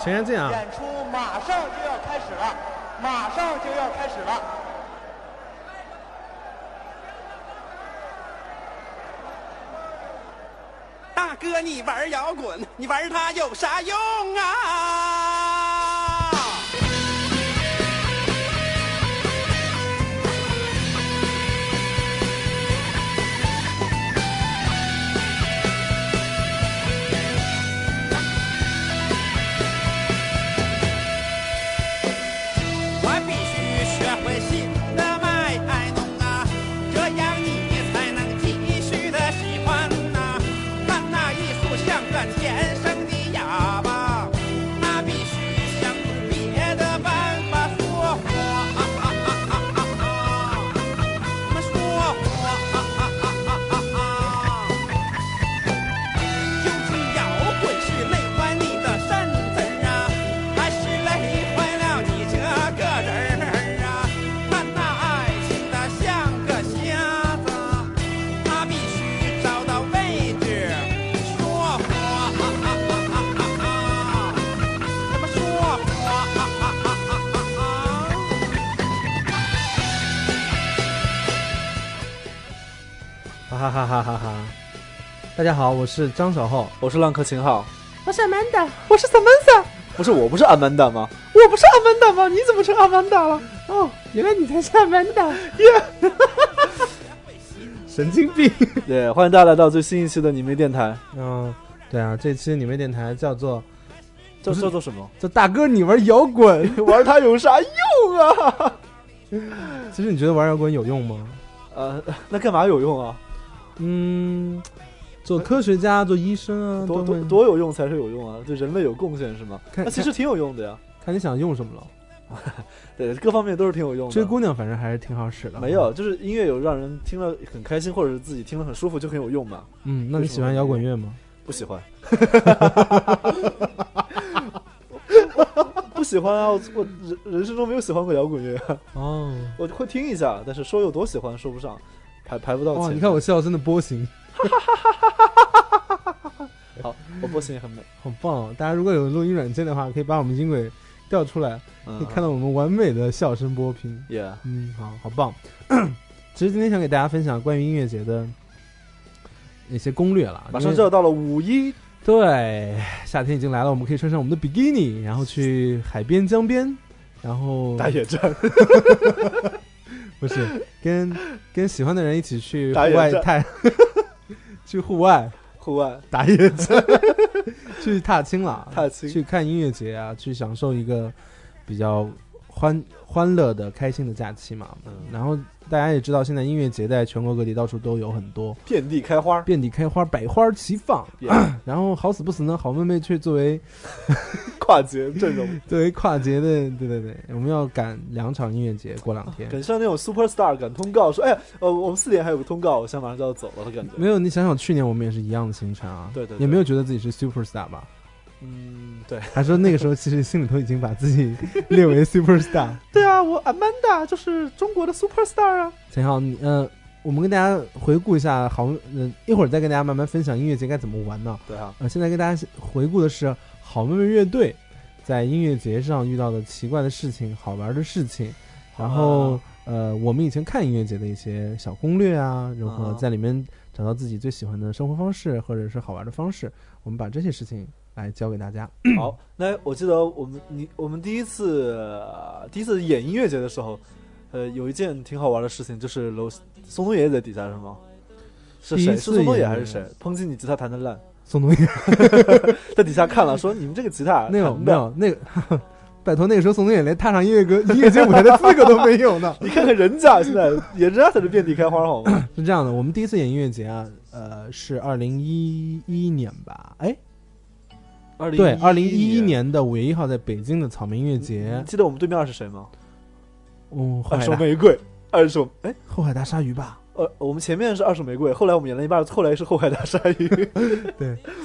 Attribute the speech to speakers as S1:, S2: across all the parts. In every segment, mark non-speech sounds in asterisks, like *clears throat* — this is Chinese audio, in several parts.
S1: 陈先这
S2: 啊
S1: 样，
S3: 啊
S2: 演出马上就要开始了，马上就要开始了。
S4: 大哥，你玩摇滚，你玩它有啥用啊？我必须学会新的卖弄啊，这样你才能继续的喜欢呐、看那艺术像个天生的哑巴，那必须想出别的办法说话，哈哈哈哈哈哈！我们说话，哈哈哈哈哈哈！究竟摇滚是累坏你的身子儿啊，还是累坏了你这个人儿啊？看那爱情的像个瞎子，他必须找到位置说话， *laughs* 哈哈哈哈哈哈！怎么说话，哈哈哈哈哈哈！
S1: 哈哈哈哈哈哈！大家好，我是张小浩，
S3: 我是浪客秦昊，
S5: 我是 Amanda，我是 Samantha，
S3: 不是我不是阿曼达
S1: *laughs*
S3: 吗？
S5: 我不是 Amanda 吗？你怎么成 Amanda 了？哦，原来你才是 Amanda。
S1: *laughs* 神经病。
S3: 对，欢迎大家来到最新一期的你妹电台，
S1: 嗯，对啊，这期你们电台叫做
S3: 这
S1: 不是
S3: 叫做什么？
S1: “这大哥你玩摇滚
S3: 玩它有啥用啊？”，
S1: 其实你觉得玩摇滚有用吗？
S3: *laughs* 呃，那干嘛有用啊？
S1: 嗯，做科学家、做医生啊，
S3: 多
S1: 都
S3: 多
S1: 会
S3: 多有用才是有用啊，对人类有贡献是吗？
S1: 看
S3: 那其实挺有用的呀，
S1: 看你想用什么了。
S3: 对，各方面都是挺有用的。
S1: 追姑娘反正还是挺好使的。
S3: 没有，，就是音乐有让人听了很开心，或者是自己听了很舒服，就很有用嘛。
S1: 嗯，那你喜欢摇滚乐吗？
S3: 不喜
S1: *laughs*
S3: 欢，不喜欢啊！我我人人生中没有喜欢过摇滚乐， *laughs*
S1: 哦，
S3: 我会听一下，但是说有多喜欢说不上，排排不到
S1: 哇，
S3: 前。
S1: 你看我笑真的波形，
S3: 好，我波形也很美，
S1: 好棒！啊大家如果有录音软件的话，可以把我们音轨调出来，可
S3: 嗯
S1: 以看到我们完美的笑声波频。
S3: ，Yeah，
S1: 嗯，好好棒。 *clears throat* 其实今天想给大家分享关于音乐节的一些攻略了。
S3: 马
S1: 因
S3: 上
S1: 为
S3: 就要到了五一，
S1: 对，夏天已经来了，我们可以穿上我们的比基尼，然后去海边、江边，然后
S3: 打野战，
S1: *laughs* 不是跟跟喜欢的人一起去户
S3: 打野
S1: 外
S3: 战
S1: 太，去户外
S3: 户外
S1: 打野战，去踏青了，
S3: *laughs* 踏青
S1: 去看音乐节啊，去享受一个比较欢欢乐的、开心的假期嘛。
S3: 嗯
S1: 然后大家也知道，现在音乐节在全国各地到处都有很多，
S3: 遍地开花
S1: 遍地开花，百花齐放。 *coughs*
S3: ，Yeah，
S1: 然后好死不死呢，好妹妹却作为 *laughs*
S3: 跨界阵容，
S1: 作为跨节的，对对对，我们要赶两场音乐节，过两天。
S3: 敢像那种 super star 敢通告说，哎，呃，我们四点还有个通告，我现在马上就要走了的感觉。
S1: 没有，你想想，去年我们也是一样的行程啊，
S3: 对对对
S1: 也没有觉得自己是 super star 吧？
S3: 嗯，对，
S1: 还说那个时候其实心里头已经把自己 *laughs* 列为 super star。
S3: 对啊，我 Amanda 就是中国的 super star 啊。
S1: 陈浩，你呃，我们跟大家回顾一下，好，呃，一会儿再跟大家慢慢分享音乐节该怎么玩呢？
S3: 对啊，
S1: 呃，现在跟大家回顾的是好妹妹乐队在音乐节上遇到的奇怪的事情、好玩的事情，然后、
S3: 啊
S1: 呃，我们以前看音乐节的一些小攻略啊，然后
S3: 啊
S1: 在里面找到自己最喜欢的生活方式或者是好玩的方式，我们把这些事情来教给大家。
S3: 好，那我记得我们你我们第一次、呃第一次演音乐节的时候，呃，有一件挺好玩的事情，就是楼松东爷爷在底下是吗？是
S1: 第一
S3: 谁？
S1: 次
S3: 是松东爷
S1: 演
S3: 还是
S1: 音
S3: 谁
S1: 乐？
S3: 抨击你吉他弹的烂，
S1: 宋冬野， *laughs*
S3: 在底下看了说你们这个吉他
S1: 那有
S3: 弹
S1: 没
S3: 得烂？
S1: 有那个？ *laughs* 拜托，那个时候宋冬野连踏上音乐歌、音乐节舞台的资格都没有呢。
S3: 你看看人家现在，人家才是遍地开花好吗？
S1: 是这样的，我们第一次演音乐节啊，呃，是二零一一年吧？哎，
S3: 二零
S1: 对，二零一一
S3: 一，
S1: 年的五月一号在北京的草莓音乐节
S3: 你，记得我们对面是谁吗？
S1: 嗯，后
S3: 二
S1: 海
S3: 手
S1: 大
S3: 玫瑰，二手哎。
S1: 后海大鲨鱼吧。
S3: 呃，我们前面是二手玫瑰，后来我们演了一半，后来是后海大鲨鱼，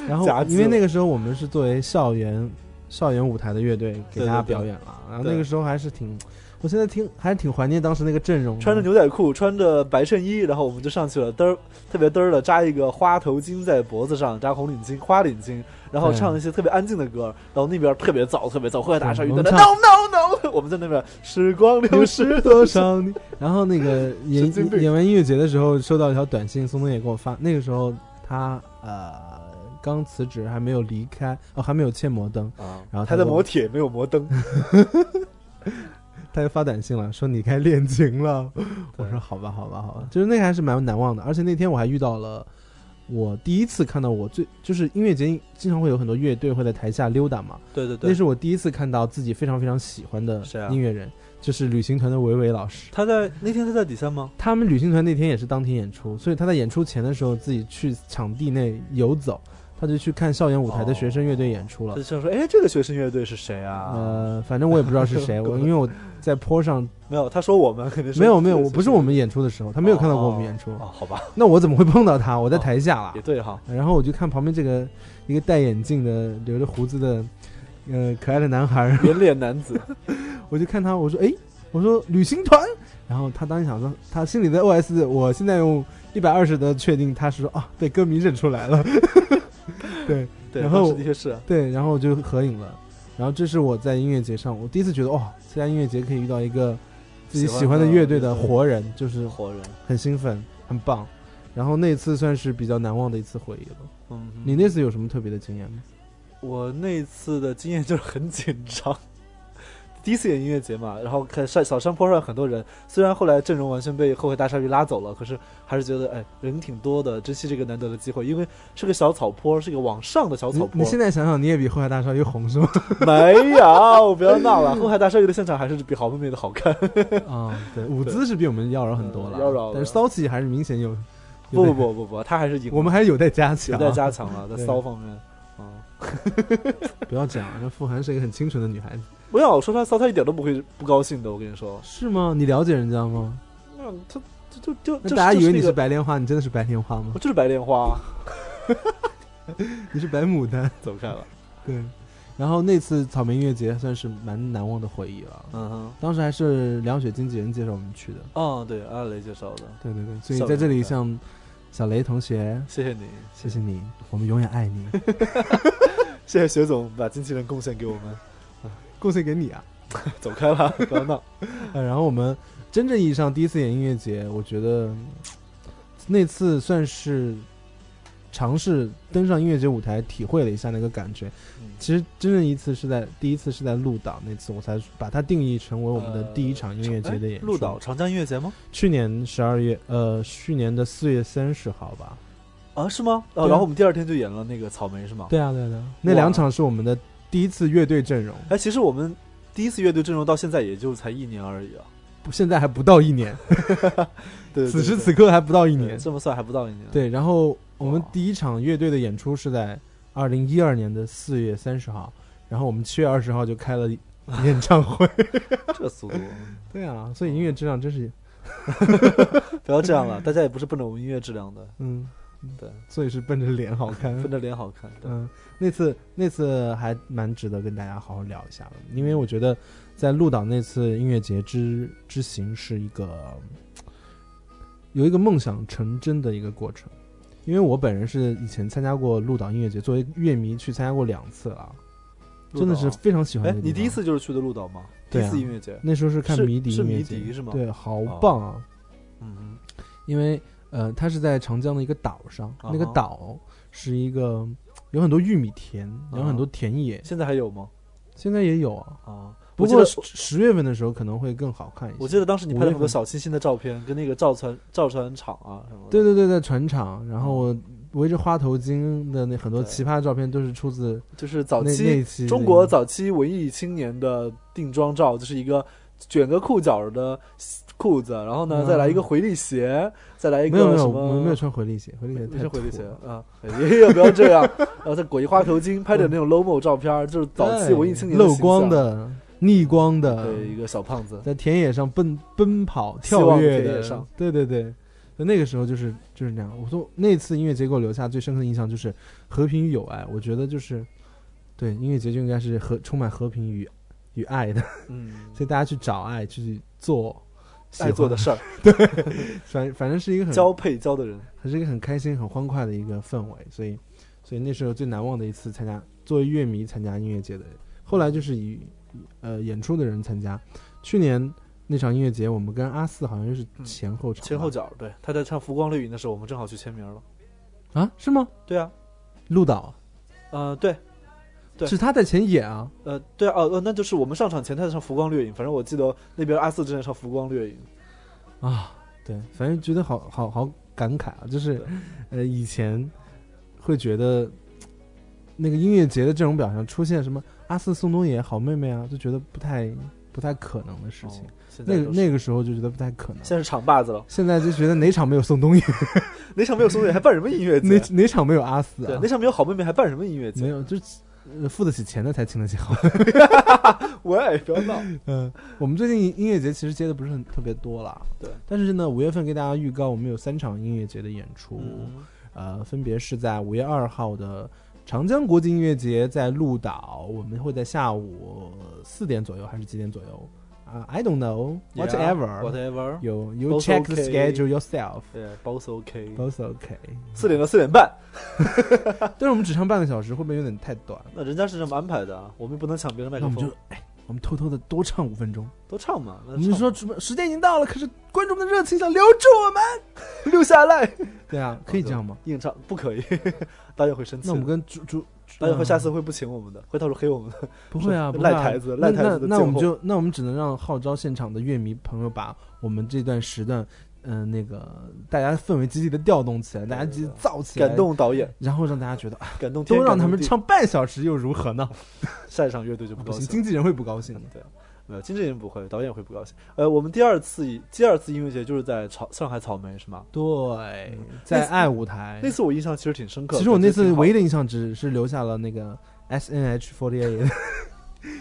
S1: 然后
S3: 夹，子
S1: 因为那个时候我们是作为校园校园舞台的乐队给
S3: 对
S1: 大家
S3: 对对
S1: 表演了。然后
S3: 对
S1: 那个时候还是挺，我现在听还是挺怀念当时那个阵容的，
S3: 穿着牛仔裤，穿着白衬衣，然后我们就上去了，嘚儿特别嘚儿的扎一个花头巾在脖子上，扎红领巾、花领巾，然后
S1: 对
S3: 唱一些特别安静的歌，然后那边特别燥，特别燥，喝大
S1: 对
S3: 鲨鱼
S1: 我
S3: 在
S1: 们
S3: 那
S1: 唱
S3: no no *laughs* no，我们在那边时光 *laughs* 流
S1: 流
S3: 逝
S1: 失
S3: 多
S1: 多
S3: 少？
S1: 少你？然后那个
S3: *laughs*
S1: 演
S3: 神经病
S1: 演完音乐节的时候，收到一条短信，松松也给我发。那个时候他呃刚辞职，还没有离开，哦还没有签摩登，
S3: 啊，
S1: 然后
S3: 他
S1: 他
S3: 在
S1: 说
S3: 磨铁，没有
S1: *laughs*
S3: 磨灯。
S1: 他就发短信了，说你该练琴
S3: *laughs*
S1: 了。我说好吧，好吧，好吧，就是那个还是蛮难忘的。而且那天我还遇到了我第一次看到我最就是音乐节经常会有很多乐队会在台下溜达嘛，
S3: 对对
S1: 那是我第一次看到自己非常非常喜欢的
S3: 谁啊
S1: 音乐人，就是旅行团的维维老师。
S3: 他在那天他在底下吗？
S1: 他们旅行团那天也是当天演出，所以他在演出前的时候自己去场地内游走，他就去看校园舞台的学生乐队演出了。
S3: 他就想说，哎，这个学生乐队是谁啊？
S1: 呃，反正我也不知道是
S3: *laughs*
S1: 谁，我因为我在坡上
S3: 没有，他说我们肯定是
S1: 没有没有，我不是我们演出的时候，他没有看到过我们演出啊
S3: 哦，哦好吧，
S1: 那我怎么会碰到他？我在台下了
S3: 也，对哈。
S1: 然后我就看旁边这个一个戴眼镜的留着胡子的，呃，可爱的男孩儿，
S3: 圆脸
S1: *laughs*
S3: 男子，
S1: 我就看他，我说哎，我说旅行团，然后他当时想说，他心里的 OS，我现在用一百二十的确定，他是说啊，被歌迷认出来了，
S3: *laughs*
S1: 对
S3: 对，
S1: 然后
S3: 当时的确是啊，
S1: 对，然后我就合影了，然后这是我在音乐节上，我第一次觉得哇，参加音乐节可以遇到一个自己喜欢的乐队的活人，就是
S3: 活人。
S1: 很兴奋，很棒。然后那次算是比较难忘的一次回忆了。
S3: 嗯哼，
S1: 你那次有什么特别的经验吗？
S3: 我那次的经验就是很紧张，第一次演音乐节嘛，然后看山小山坡上很多人，虽然后来阵容完全被后海大鲨鱼拉走了，可是还是觉得哎人挺多的，珍惜这个难得的机会，因为是个小草坡，是个往上的小草
S1: 你
S3: 坡。
S1: 你现在想想，你也比后海大鲨鱼红是吗？
S3: 没有，不要闹了，后海大鲨鱼的现场还是比好妹妹的好看。
S1: 啊， *laughs* 对，舞姿是比我们妖娆很多了，啊
S3: 呃妖娆的
S1: 但是骚气还是明显有。
S3: 不
S1: 有
S3: 不
S1: 待，
S3: 不不不，他还是赢了，
S1: 我们还是有待加
S3: 有
S1: 强。
S3: 待加强了，在
S1: 对
S3: 骚方面。嗯，
S1: *laughs* 不要讲，那傅涵是一个很清纯的女孩子，
S3: 不要我说她骚，她一点都不会不高兴的。我跟你说，
S1: 是吗？你了解人家吗？
S3: 嗯，她就就
S1: 那
S3: 就
S1: 大家以为你
S3: 是
S1: 是
S3: 那个
S1: 白莲花，你真的是白莲花吗
S3: 我？就是白莲花，
S1: *laughs* 你是白牡丹，
S3: 走开了。
S1: *laughs* 对。然后那次草莓音乐节算是蛮难忘的回忆了，
S3: 嗯哼，
S1: 当时还是梁雪经纪人介绍我们去的，
S3: 哦，对，阿雷介绍的，
S1: 对对对，所以
S3: 校
S1: 在
S3: 园
S1: 这里
S3: 舞台
S1: 向小雷同学
S3: 谢谢你，
S1: 谢谢你，我们永远爱你，
S3: 谢谢薛总把经纪人贡献给我们。
S1: *laughs*
S3: *laughs*
S1: 贡献给你啊。
S3: 走开了，
S1: *laughs*
S3: 不要闹。
S1: 呃，然后我们真正意义上第一次演音乐节，我觉得嗯那次算是尝试登上音乐节舞台，体会了一下那个感觉。
S3: 嗯
S1: 其实真正一次是在第一次是在鹿岛那次，我才把它定义成为我们的第一场音乐节的演出。
S3: 呃鹿岛哎长江音乐节吗？
S1: 去年十二月，呃，去年的四月三十号吧。
S3: 啊，是吗？
S1: 对
S3: 哦，
S1: 啊
S3: 然后我们第二天就演了那个草莓，是吗？。
S1: 对啊，对啊，对啊，那两场是我们的第一次乐队阵容，
S3: 哎，其实我们第一次乐队阵容到现在也就才一年而已啊。
S1: 不现在还不到一年，
S3: 对，对
S1: 此时
S3: 对
S1: 此刻还不到一
S3: 对
S1: 年。
S3: 这么算还不到一年。
S1: 对，然后我们
S3: 哇
S1: 第一场乐队的演出是在二零一二年的四月三十号，然后我们七月二十号就开了演唱会。
S3: *laughs* 这速度，
S1: 对啊，所以音乐质量真是，
S3: 不要这样 *laughs* 了，大家也不是奔着我们音乐质量的，
S1: 嗯，
S3: 对，
S1: 所以是奔着脸好看。
S3: 奔着脸好看。对，
S1: 嗯，那次那次还蛮值得跟大家好好聊一下的，因为我觉得在鹿岛那次音乐节之之行是一个有一个梦想成真的一个过程，因为我本人是以前参加过鹿岛音乐节，作为乐迷去参加过两次了，真的是
S3: 鹿岛
S1: 非常喜欢
S3: 哎，
S1: 这个地方。
S3: 你第一次就是去的鹿岛吗？第
S1: 嗯对
S3: 一
S1: 啊
S3: 次音乐节。
S1: 那时候是看
S3: 是
S1: 迷笛
S3: 是
S1: 音乐
S3: 迷
S1: 节
S3: 笛是吗
S1: 对，好
S3: 哦
S1: 棒啊！
S3: 嗯哼，
S1: 因为呃，它是在长江的一个岛上，那个
S3: 啊哈
S1: 岛是一个有很多玉米田，有
S3: 啊
S1: 很多田野，
S3: 现在还有吗？
S1: 现在也有啊。
S3: 啊，
S1: 不
S3: 我记
S1: 过
S3: 得
S1: 十十月份的时候可能会更好看一
S3: 我
S1: 些。
S3: 记得当时你拍了很
S1: 五月
S3: 多
S1: 份
S3: 小清新的照片，跟那个造船造船厂啊什么的。
S1: 对对对，在船场，然后我围着花头巾的那很多
S3: 嗯对
S1: 奇葩的照片都是出自
S3: 就是早
S1: 那那一
S3: 期
S1: 期
S3: 中国早期文艺青年的定妆照，就是一个卷个裤脚的裤子，然后呢
S1: 嗯
S3: 再来一个回力鞋，再来一
S1: 没有没
S3: 个什
S1: 有
S3: 么
S1: 我没有穿回力鞋，回力鞋
S3: 没
S1: 太
S3: 事回力
S1: 土
S3: 鞋
S1: 了
S3: 啊，也有不要这样， *laughs* 然后再裹一花头巾，拍点那种 lomo 照片，就是早期
S1: 对
S3: 文艺青年
S1: 嗯漏光
S3: 的
S1: 的、逆光
S3: 形
S1: 的
S3: 象，，对一个小胖子，
S1: 在田野上奔奔跑、
S3: 希望
S1: 跳跃
S3: 田野
S1: 的
S3: 上，
S1: 对对对，就那个时候就是就是那样。我说那次音乐节给我留下最深刻的印象就是和平与友爱，我觉得就是对，音乐节就应该是和充满和平与与爱的，
S3: 嗯，
S1: 所以大家去找爱，去做 *laughs* 喜
S3: 爱
S1: 欢
S3: 做的，事儿，
S1: 反反正是一个很
S3: 交配交的人，
S1: 还是一个很开心、很欢快的一个氛围，所以，所以那时候最难忘的一次参加，作为乐迷参加音乐节的，后来就是以呃演出的人参加。去年那场音乐节，我们跟阿四好像是前后场吧、
S3: 嗯前后脚。对，他在唱《浮光掠影》的时候，我们正好去签名了。
S1: 啊？是吗？
S3: 对啊，
S1: 鹿岛
S3: 呃，对，对
S1: 是他在前演啊？
S3: 呃，对啊，哦、呃，那就是我们上场前他在唱《浮光掠影》，反正我记得那边阿四正在唱《浮光掠影》。
S1: 啊，对，反正觉得好好好感慨啊，就是
S3: 对
S1: 呃以前会觉得那个音乐节的这种表象出现什么阿四、宋冬野、好妹妹啊，就觉得不太不太可能的事情。
S3: 哦现在
S1: 那
S3: 都
S1: 个
S3: 是
S1: 那个时候就觉得不太可能，
S3: 现在是场把子了，
S1: 现在就觉得哪场没有宋冬野，
S3: 哪场没有松野还办什么音乐
S1: *laughs* 哪
S3: 节？
S1: 哪场没有阿四
S3: 对，
S1: 啊
S3: 那，场没有好妹妹还办什么音乐
S1: 没
S3: 节？
S1: 有就。呃付得起钱的才请得起
S3: *laughs*
S1: 好。
S3: 喂，不要闹！
S1: 嗯， *laughs* 我们最近音乐节其实接的不是很特别多啦。
S3: 对，
S1: 但是呢，五月份给大家预告，我们有三场音乐节的演出，
S3: 嗯
S1: 呃，分别是在五月二号的长江国际音乐节在鹿岛，我们会在下午四点左右还是几点左右啊、i don't know, whatever.
S3: whatever，
S1: 有 you
S3: Both
S1: check the
S3: okay
S1: schedule yourself.
S3: 对，both OK。
S1: Both okay.
S3: 四点到四点半，
S1: 但是我们只唱半个小时，会不会有点太短？
S3: 那人家是这么安排的啊，我们不能抢别人麦
S1: 那
S3: 克
S1: 我们
S3: 风
S1: 就，哎，我们偷偷的多唱五分钟。
S3: 都唱嘛。那
S1: 我们就
S3: 唱
S1: 说什么时间已经到了，可是观众们的热情想留住我们。
S3: 留下来，
S1: 对啊，可以这样吗？
S3: 硬唱不可以，导演会生气
S1: 那
S3: 的。
S1: 我们跟主主
S3: 导演会下次
S1: 嗯
S3: 会不请我们的，会到时候黑我们的。
S1: 不会啊，不会
S3: 赖
S1: 啊
S3: 台子
S1: 那
S3: 赖台子的
S1: 那那我们
S3: 贱
S1: 就那我们只能让号召现场的乐迷朋友把我们这段时段，嗯、那个大家氛围积极的调动起来，大家积极地燥起来，
S3: 感，动导演，
S1: 然后让大家觉得啊，
S3: 感动天，
S1: 都让他
S3: 感动
S1: 们
S3: 地。
S1: 唱半小时又如何呢？
S3: 下一场乐队就不
S1: 不
S3: 高
S1: 行，
S3: 兴
S1: 经
S3: 了。
S1: 纪人会不高兴的。
S3: 对，啊没有金志英不会，导演会不高兴。呃，我们第二次第二次音乐节就是在草上海草莓是吗？
S1: 对，
S3: 那
S1: 在
S3: 次
S1: 爱舞台
S3: 那次我印象其实挺深刻的。
S1: 哎其实我那次唯一
S3: 的
S1: 的印象只是留下了那个 S N H forty eight，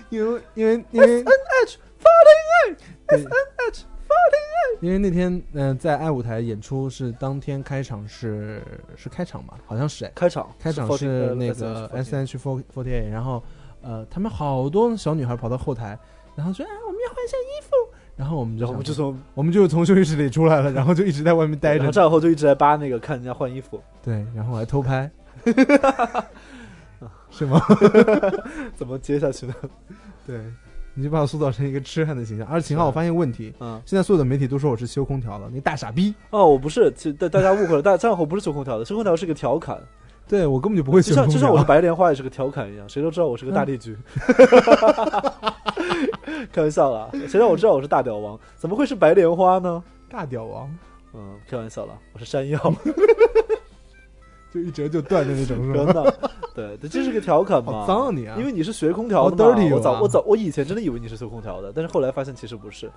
S1: 因为因为因为 S N H forty eight S N H forty eight，因为那天嗯、呃在爱舞台演出是当天开场是是开场吧，好像是哎
S3: 开场，
S1: 开场是那个 S
S3: S
S1: N H forty eight，然后呃他们好多小女孩跑到后台，然后说啊我们要换上衣服，然后我们就
S3: 然后我们就
S1: 想
S3: 从
S1: 我们就从休息室里出来了，然后就一直在外面待
S3: 然后
S1: 着，
S3: 战后就一直在扒那个看人家换衣服， *laughs*
S1: 对，然后我还偷拍， *laughs* 是吗？
S3: 怎么接下去呢？
S1: 对，你就把我塑造成一个痴汉的形象。而且秦昊，我发现问题，
S3: 嗯，
S1: 现在所有的媒体都说我是修空调的，你大傻逼。
S3: 哦，我不是，其实大大家误会了，大战后不是修空调的，修空调是个
S1: *laughs*
S3: 调侃，
S1: 对我根本就不会
S3: 就
S1: 修
S3: 像
S1: 空
S3: 就像
S1: 调。
S3: 我是白莲花也是个调侃一样，谁都知道我是个大
S1: *laughs*
S3: 地局。开玩笑啦，谁让我知道我是大屌王？怎么会是白莲花呢？
S1: *laughs* 大屌王，
S3: 嗯，开玩笑啦，我是山药，
S1: 就一折就断的那种，
S3: 不
S1: 是
S3: 要
S1: *laughs* 吗？
S3: 闹。 *laughs* 对，这是个调侃嘛。
S1: 好脏啊你啊！
S3: 因为你是学空调的
S1: 好
S3: 嘛
S1: dirty
S3: 我
S1: 哦
S3: 早我早我以前真的以为你是学空调的，但是后来发现其实不是，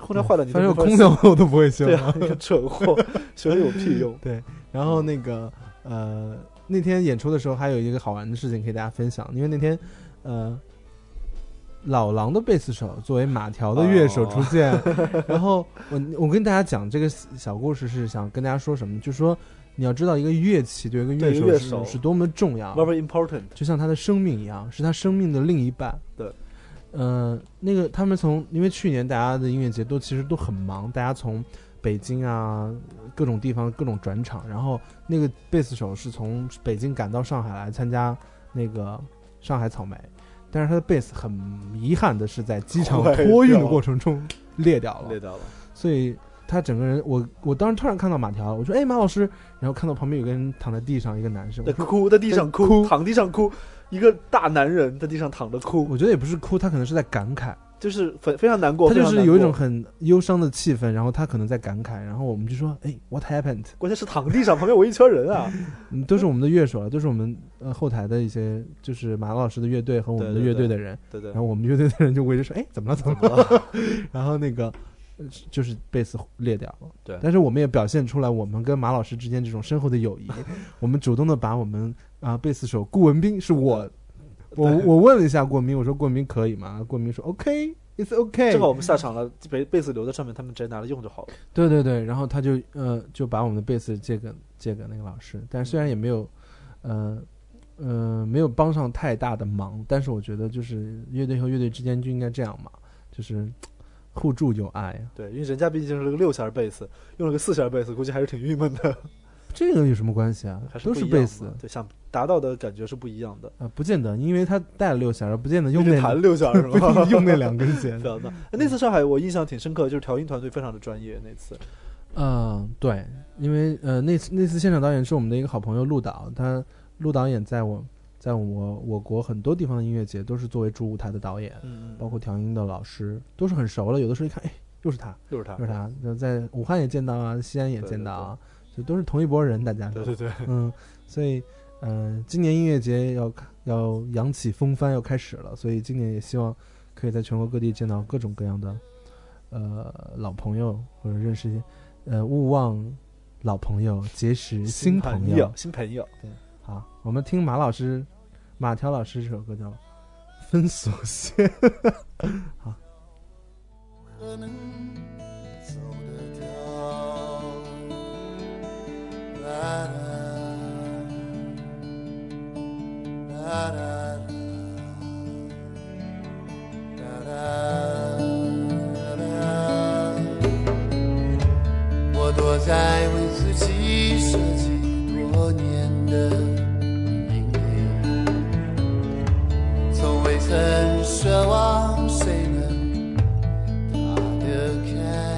S3: 空调坏了你都
S1: 反正我
S3: 没法
S1: 空调我都不会修
S3: *laughs* 对。啊，你个蠢货， *laughs* 学了有屁用？
S1: 对，然后那个呃，那天演出的时候还有一个好玩的事情可以大家分享，因为那天呃，老狼的贝斯手作为马条的乐
S3: 哦
S1: 手出现，然后我我跟大家讲这个小故事是想跟大家说什么，就说你要知道一个乐器对一个
S3: 对
S1: 乐
S3: 一个
S1: 手
S3: 乐
S1: 是
S3: 手
S1: 是多么重要，
S3: very important。
S1: 就像他的生命一样，是他生命的另一半。
S3: 对，
S1: 呃，那个他们从因为去年大家的音乐节都其实都很忙，大家从北京啊各种地方各种转场，然后那个贝斯手是从北京赶到上海来参加那个上海草莓，但是他的贝斯很遗憾的是在机场
S3: 坏
S1: 托运的
S3: 掉
S1: 过程中裂掉了
S3: 累，到了，
S1: 所以他整个人，我我当时突然看到马条，我说：“哎，马老师！”然后看到旁边有个人躺在地上，一个男生，
S3: 在哭，在地上哭，
S1: 嗯哭
S3: 躺地上哭，一个大男人在地上躺
S1: *laughs*
S3: 着哭，
S1: 我觉得也不是哭，他可能是在感慨，
S3: 就是非非常难过，
S1: 他
S3: 非
S1: 就
S3: 常
S1: 是
S3: 难
S1: 有一
S3: 过
S1: 种，很忧伤的气氛，然后他可能在感慨，然后我们就说，哎，What
S3: *laughs*
S1: happened？
S3: 关键是躺地上，旁边围一圈人
S1: *laughs*
S3: 啊，
S1: 嗯，都是我们的乐手啊，都是我们呃后台的一些，就是马老师的乐队和我们的
S3: 对对
S1: 乐队的人，
S3: 对对
S1: 然，后我们乐队的人就围着说，哎，怎么了？怎么了？
S3: *laughs*
S1: 然后那个呃就是贝斯裂掉了，
S3: 对
S1: 但是我们也表现出来我们跟马老师之间这种深厚的友
S3: *laughs*
S1: 谊，我们主动的把我们啊、贝斯手顾文斌是我。我
S3: 对
S1: 我问了一下顾文斌，我说顾文斌可以吗？顾文斌说 OK，it's OK。
S3: 正好我们下场了，被被子留在上面，他们直接拿来用就好了。
S1: 对对对，然后他就呃就把我们的贝斯借给借给那个老师，但是虽然也没有呃呃，没有帮上太大的忙，但是我觉得就是乐队和乐队之间就应该这样嘛，就是互助友爱。啊
S3: 对，因为人家毕竟是个六弦贝斯，用了个四弦贝斯，估计还是挺郁闷的，
S1: 这个有什么关系啊
S3: 还？是
S1: 都
S3: 不
S1: 是
S3: 一样
S1: 贝
S3: 嘛
S1: 斯啊、
S3: 对，想达到的感觉是不一样的。
S1: 不见得，因为他带了六弦儿，不见得用
S3: 就
S1: 那
S3: 是弹六弦是啊
S1: 不一
S3: 吗
S1: 定？ *laughs* 用那两根
S3: *laughs*
S1: 弦。
S3: 对那哎那次上海我印象挺深刻，就是调音团队非常的专业。那次
S1: 嗯、对，因为呃，那次那次现场导演是我们的一个好朋友陆导，他陆导演在我在我我国很多地方的音乐节都是作为主舞台的导演，
S3: 嗯，
S1: 包括调音的老师都是很熟了。有的时候一看，哎，又是他，
S3: 就是他，
S1: 又是他，就在武汉也见到啊，西安也
S3: 对
S1: 见
S3: 对
S1: 到啊，就都是同一拨人，大家
S3: 对
S1: 都
S3: 对对，
S1: 嗯，所以嗯、呃今年音乐节要要扬起风帆要开始了，所以今年也希望可以在全国各地见到各种各样的呃老朋友，或者认识一些呃勿忘老朋友，结识新朋友
S3: 友。，新朋友，
S1: 好，我们听马老师马条老师这首歌叫《分手线》。
S6: 可能走得掉。啦啦啦啦啦啦啦我躲在为自己设计多年的阴影，从未曾奢望谁能。打得开。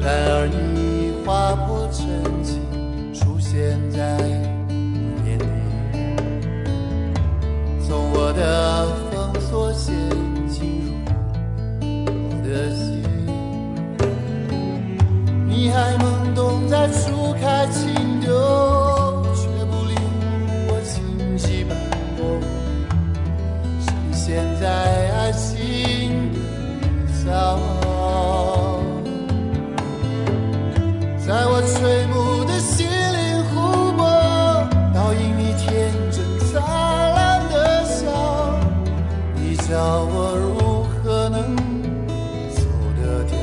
S6: 然而你划破沉寂，出现在眼底，从我的封锁线进入我的心。你还懵懂在初开情窦，却不令我心悸斑驳。是你现在爱情的早，在我垂暮的心灵湖泊，倒映你天真灿烂的笑，你叫我如何能走得掉？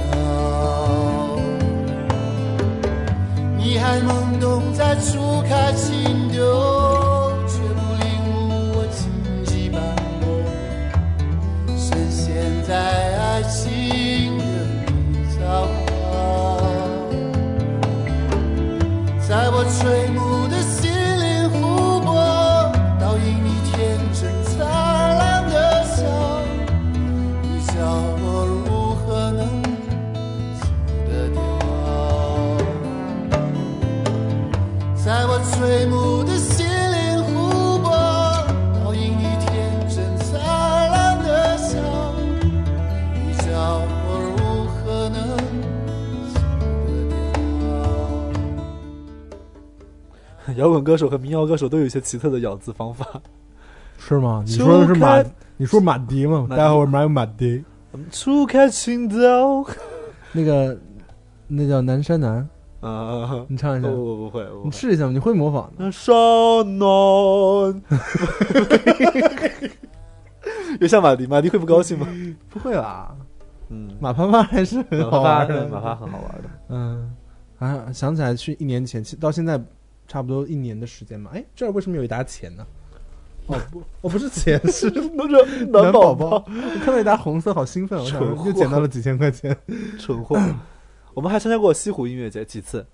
S6: 你还懵懂在初开情窦，却不领我荆棘斑驳，深陷在爱情的泥沼。在我垂暮的心灵湖泊，倒映你天真灿烂的笑，你叫我如何能走得掉？在我垂暮的心灵湖泊，倒映你天真灿烂的笑，你叫我如何能走得掉？
S3: 摇滚歌手和民谣歌手都有一些奇特的咬字方法。
S1: 是吗？你说的是马
S3: 秋开，
S1: 你说马迪吗？
S3: 马迪
S1: 待会儿买马迪，
S3: 初开情窦，
S1: 哦那个那叫南山南，
S3: *laughs* 啊，
S1: *laughs* 你唱一下，
S3: 我我不会，我不
S1: 你
S3: 会。
S1: 试一下吧，你会模仿的。
S3: 那少男， *laughs* 有像马迪，马迪会不高兴吗？
S1: 不会啦，
S3: 嗯，
S1: 马啪啪还是很好玩的。
S3: 马趴很好玩的。
S1: 嗯，啊，想起来去一年前，其到现在差不多一年的时间嘛。哎，这儿为什么有一沓钱呢？哦不， *laughs* 哦不是钱，
S3: *laughs*
S1: 是
S3: 那是
S1: 暖
S3: 暖宝
S1: 宝
S3: 宝，。
S1: 我看到一沓红色，好兴奋！我
S3: *laughs*
S1: 想
S3: 蠢货
S1: 又捡到了几千块钱。
S3: *laughs* 蠢货。我们还参加过西湖音乐节几次，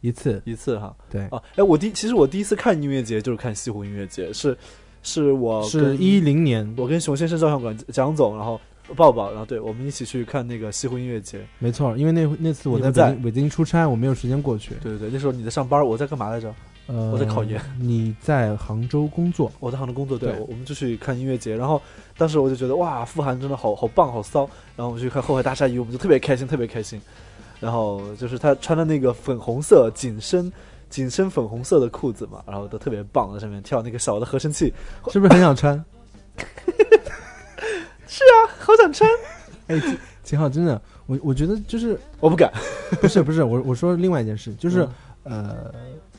S1: 一次，
S3: 一次哈。
S1: 对，
S3: 啊，哎，我第其实我第一次看音乐节就是看西湖音乐节，是是我
S1: 是
S3: 哦跟
S1: 一零年，
S3: 我跟熊先生照相馆蒋总，然后抱抱，然后对我们一起去看那个西湖音乐节。
S1: 没错，因为那那次我在
S3: 你
S1: 北
S3: 不在
S1: 京北京出差，我没有时间过去。
S3: 对对对，那时候你在上班，我在干嘛来着？
S1: 呃，
S3: 我在考研，
S1: 你在杭州工作，
S3: 我在杭州工作，对，
S1: 对
S3: 我我们就去看音乐节，然后当时我就觉得哇，傅函真的好好棒，好骚，然后我们去看《后海大鲨鱼》，我们就特别开心，特别开心。然后就是他穿的那个粉红色紧身紧身粉红色的裤子嘛，然后都特别棒，在上面跳那个小的合成器，
S1: 是不是很想
S3: *laughs*
S1: 穿？
S3: 啊好想穿，
S1: *laughs* 哎，秦秦昊，真的，我我觉得就是
S3: 我不敢，
S1: 不是不是，我我说另外一件事，就是、
S3: 嗯
S1: 呃，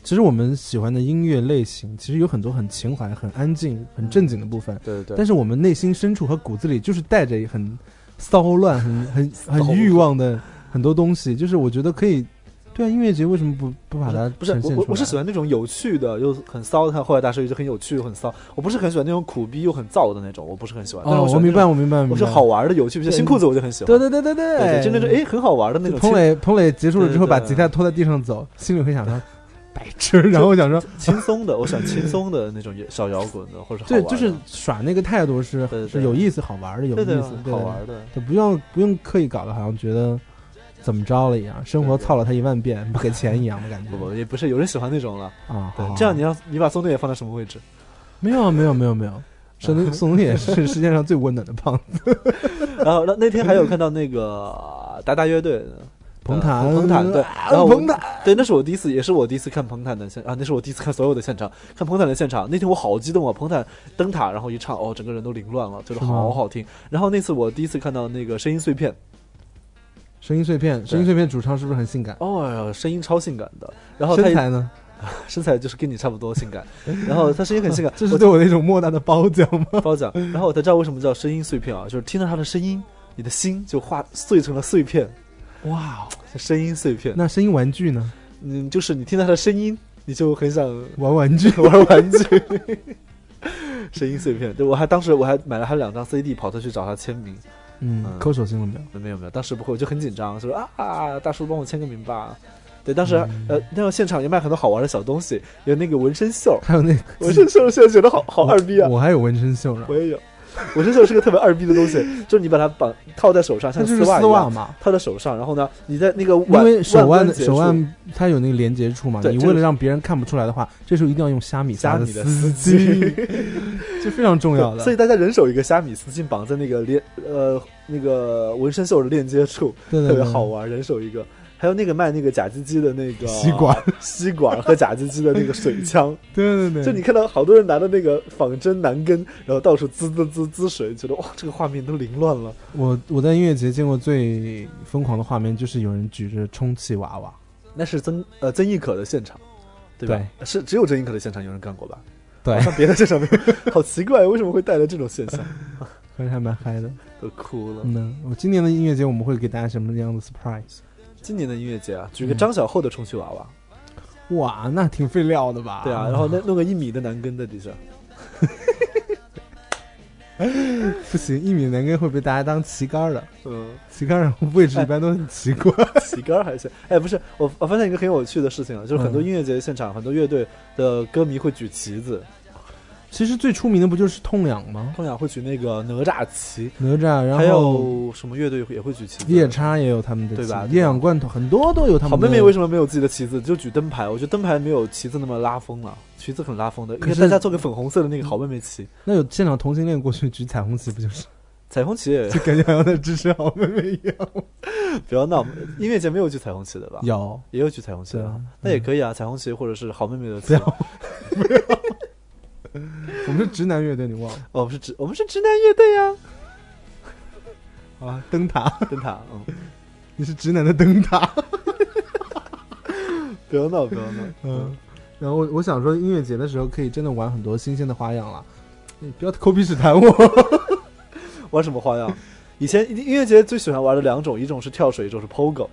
S1: 其实我们喜欢的音乐类型，其实有很多很情怀、很安静、很正经的部分，
S3: 对对对
S1: 但是我们内心深处和骨子里就是带着
S3: *laughs*
S1: 很骚乱、很很很欲望的很多东西，就是我觉得可以对啊，音乐节为什么不不把它
S3: 不是
S1: 呈
S3: 我
S1: 现
S3: 我
S1: 出
S3: 我是
S1: 来
S3: 喜欢那种有趣的又很骚的，看《后来大鲨鱼》就很有趣又很骚。我不是很喜欢那种苦逼又很燥的那种，我不是很喜欢。但是
S1: 哦，
S3: 喜
S1: 我
S3: 欢
S1: 明
S3: 那
S1: 白，
S3: 种，
S1: 我明白，我明
S3: 我是
S1: 白
S3: 好。玩的有趣。比如
S1: 对
S3: 新裤子我就很喜欢，
S1: 对对对对对
S3: 对对就那种哎很好玩的那种。
S1: 彭磊，彭磊结束了之后
S3: 对对
S1: 把
S3: 对
S1: 吉他拖在地上走，心里会想
S3: *laughs*
S1: 说白痴，然后我想说，
S3: 轻轻松的，我喜欢轻松的那种小摇滚的或者好
S1: 对
S3: 玩，的
S1: 就是耍那个态度是
S3: 对对
S1: 是有意思、好玩的、有
S3: 对对
S1: 意思、对
S3: 好，玩的。
S1: 就不用不用刻意搞得好像觉得怎么着了一样，生活
S3: 对对
S1: 操了他一万遍不给钱一样的感觉
S3: *laughs* 不不，也不是有人喜欢那种了。
S1: 啊。
S3: 对
S1: 好，
S3: 这样
S1: 好
S3: 你让你把宋冬野放在什么位置？
S1: 没有啊没有没有没
S3: *laughs*
S1: 有，沈腾宋冬野是世界上最温暖的胖子。
S3: 呃然后那那天还有看到那个呃达达乐队的，
S1: 彭坦
S3: 呃彭坦对，
S1: 啊
S3: 然后我
S1: 彭坦
S3: 对，那是我第一次，也是我第一次看彭坦的现啊，那是我第一次看所有的现场，看彭坦的现场。那天我好激动啊，彭坦灯塔，然后一唱，哦，整个人都凌乱了，就是
S1: 是吗
S3: 好好听。然后那次我第一次看到那个声音碎片，
S1: 声音碎片，声音碎片主唱是不是很性感？
S3: 哦哎呦，声音超性感的。然后他
S1: 身材呢？
S3: 身材就是跟你差不多性感，然后他声音很性感，
S1: *laughs* 这是对我的一种莫大的褒奖吗？
S3: 我褒奖。然后我才知道为什么叫声音碎片啊，就是听到他的声音，你的心就化碎成了碎片，
S1: 哇，哦
S3: 声音碎片。
S1: *laughs* 那声音玩具呢？
S3: 嗯，就是你听到他的声音，你就很想
S1: 玩玩具
S3: 玩玩具， *laughs* 声音碎片。对我还当时我还买了他两张 CD，跑特去找他签名。
S1: *laughs* 嗯，抠手心了没有？
S3: 没有没有，当时不会，我就很紧张，说啊啊，大叔帮我签个名吧。对，当时、
S1: 嗯
S3: 呃，那个现场也卖很多好玩的小东西，有那个纹身
S1: *laughs*
S3: 袖，
S1: 还有那
S3: 纹
S1: 个，
S3: 身袖现在觉得好好二逼啊，
S1: 我还有纹身袖呢
S3: 我，也有，纹身袖是个特别二逼的东西，就是你把它绑套在手上，
S1: 它
S3: 像
S1: 就是
S3: 袜一
S1: 丝
S3: 样
S1: 袜嘛。
S3: 套在手上，然后呢，你在那个
S1: 因
S3: 腕
S1: 为手
S3: 腕
S1: 腕的
S3: 关节
S1: 手
S3: 处
S1: 腕它有那个连接处嘛，
S3: 对
S1: 你
S3: 这
S1: 为
S3: 个
S1: 了让别人看不出来的话，这时候一定要用虾米
S3: 加
S1: 夹
S3: 你的
S1: 丝
S3: 巾
S1: 巾，， *laughs* 这非常重要的。
S3: 所以大家人手一个虾米丝巾绑在那个链呃那个纹身袖的链接处，
S1: 对对
S3: 特别
S1: 对，
S3: 好玩，人手一个。还有那个卖那个假鸡鸡的那个
S1: 吸管，
S3: 吸管和假鸡鸡的那个水枪，
S1: *laughs* 对对对，
S3: 就你看到好多人拿着那个仿真男根，然后到处滋滋滋滋水，觉得哇，这个画面都凌乱了。
S1: 我我在音乐节见过最疯狂的画面，就是有人举着充气娃娃，
S3: 那是曾呃曾轶可的现场，对吧？是只有曾轶可的现场有人干过吧？ *laughs*
S1: 对 *laughs*
S3: 好像别的现场没有。 *laughs* 好奇怪，为什么会带来这种现象？
S1: 反正还蛮嗨的。
S3: *laughs* 都哭了。
S1: 嗯呢，我今年的音乐节我们会给大家什么样的 surprise？
S3: 今年的音乐节啊，举个张小厚的充气娃娃，
S1: 哇，那挺费料的吧？
S3: 对嗯啊，然后那弄个一米的男根在地上，
S1: 不行，一米男根会被大家当旗杆儿的，
S3: *laughs* 嗯，
S1: 旗杆儿位置一般都很奇怪。
S3: 旗杆儿还行。哎，不是，我我发现一个很有趣的事情啊，就是很多
S1: 嗯
S3: 音乐节现场，很多乐队的歌迷会举旗子，
S1: *laughs* 其实最出名的不就是痛仰吗？
S3: 通常会举那个哪吒旗，
S1: 哪吒，然
S3: 还
S1: 后
S3: 有什么乐队也会举旗子？
S1: 夜叉也有他们的
S3: 对吧
S1: 旗
S3: 对吧
S1: 夜氧罐头很多都有他们
S3: 好
S1: 的。
S3: 妹妹为
S1: 什
S3: 什么没有自己的旗子，就举灯牌？我觉得灯牌没有旗子那么拉风了，旗子很拉风的。应
S1: 可
S3: 该
S1: 是
S3: 大家做个粉红色的那个好妹妹旗，
S1: 那有现场同性恋过去举彩虹旗，不 *laughs* 就是
S3: 彩虹旗
S1: *laughs*
S3: 也
S1: 就感觉好像在支持好妹妹一样？
S3: 不要闹。音乐节没有举彩虹旗的吧？
S1: 有，
S3: 也有举彩虹旗
S1: 对
S3: 的
S1: 啊，
S3: 那也可以啊，彩虹旗或者是好妹妹的
S1: 不
S3: 旗
S1: 要。。我们是直男乐队，你忘了
S3: 哦，我们是直，我们是直男乐队呀、 *laughs*
S1: 啊？灯塔， *laughs*
S3: 灯塔，嗯，
S1: 你是直男的灯塔。
S3: 不要闹，不要闹，
S1: 嗯，然后我我想说，音乐节的时候可以真的玩很多新鲜的花样了。你不要抠鼻屎弹我。
S3: 玩什么
S1: *laughs*
S3: 花样？以前音乐节最喜欢玩的两种，一种是跳水，一种是 POGO。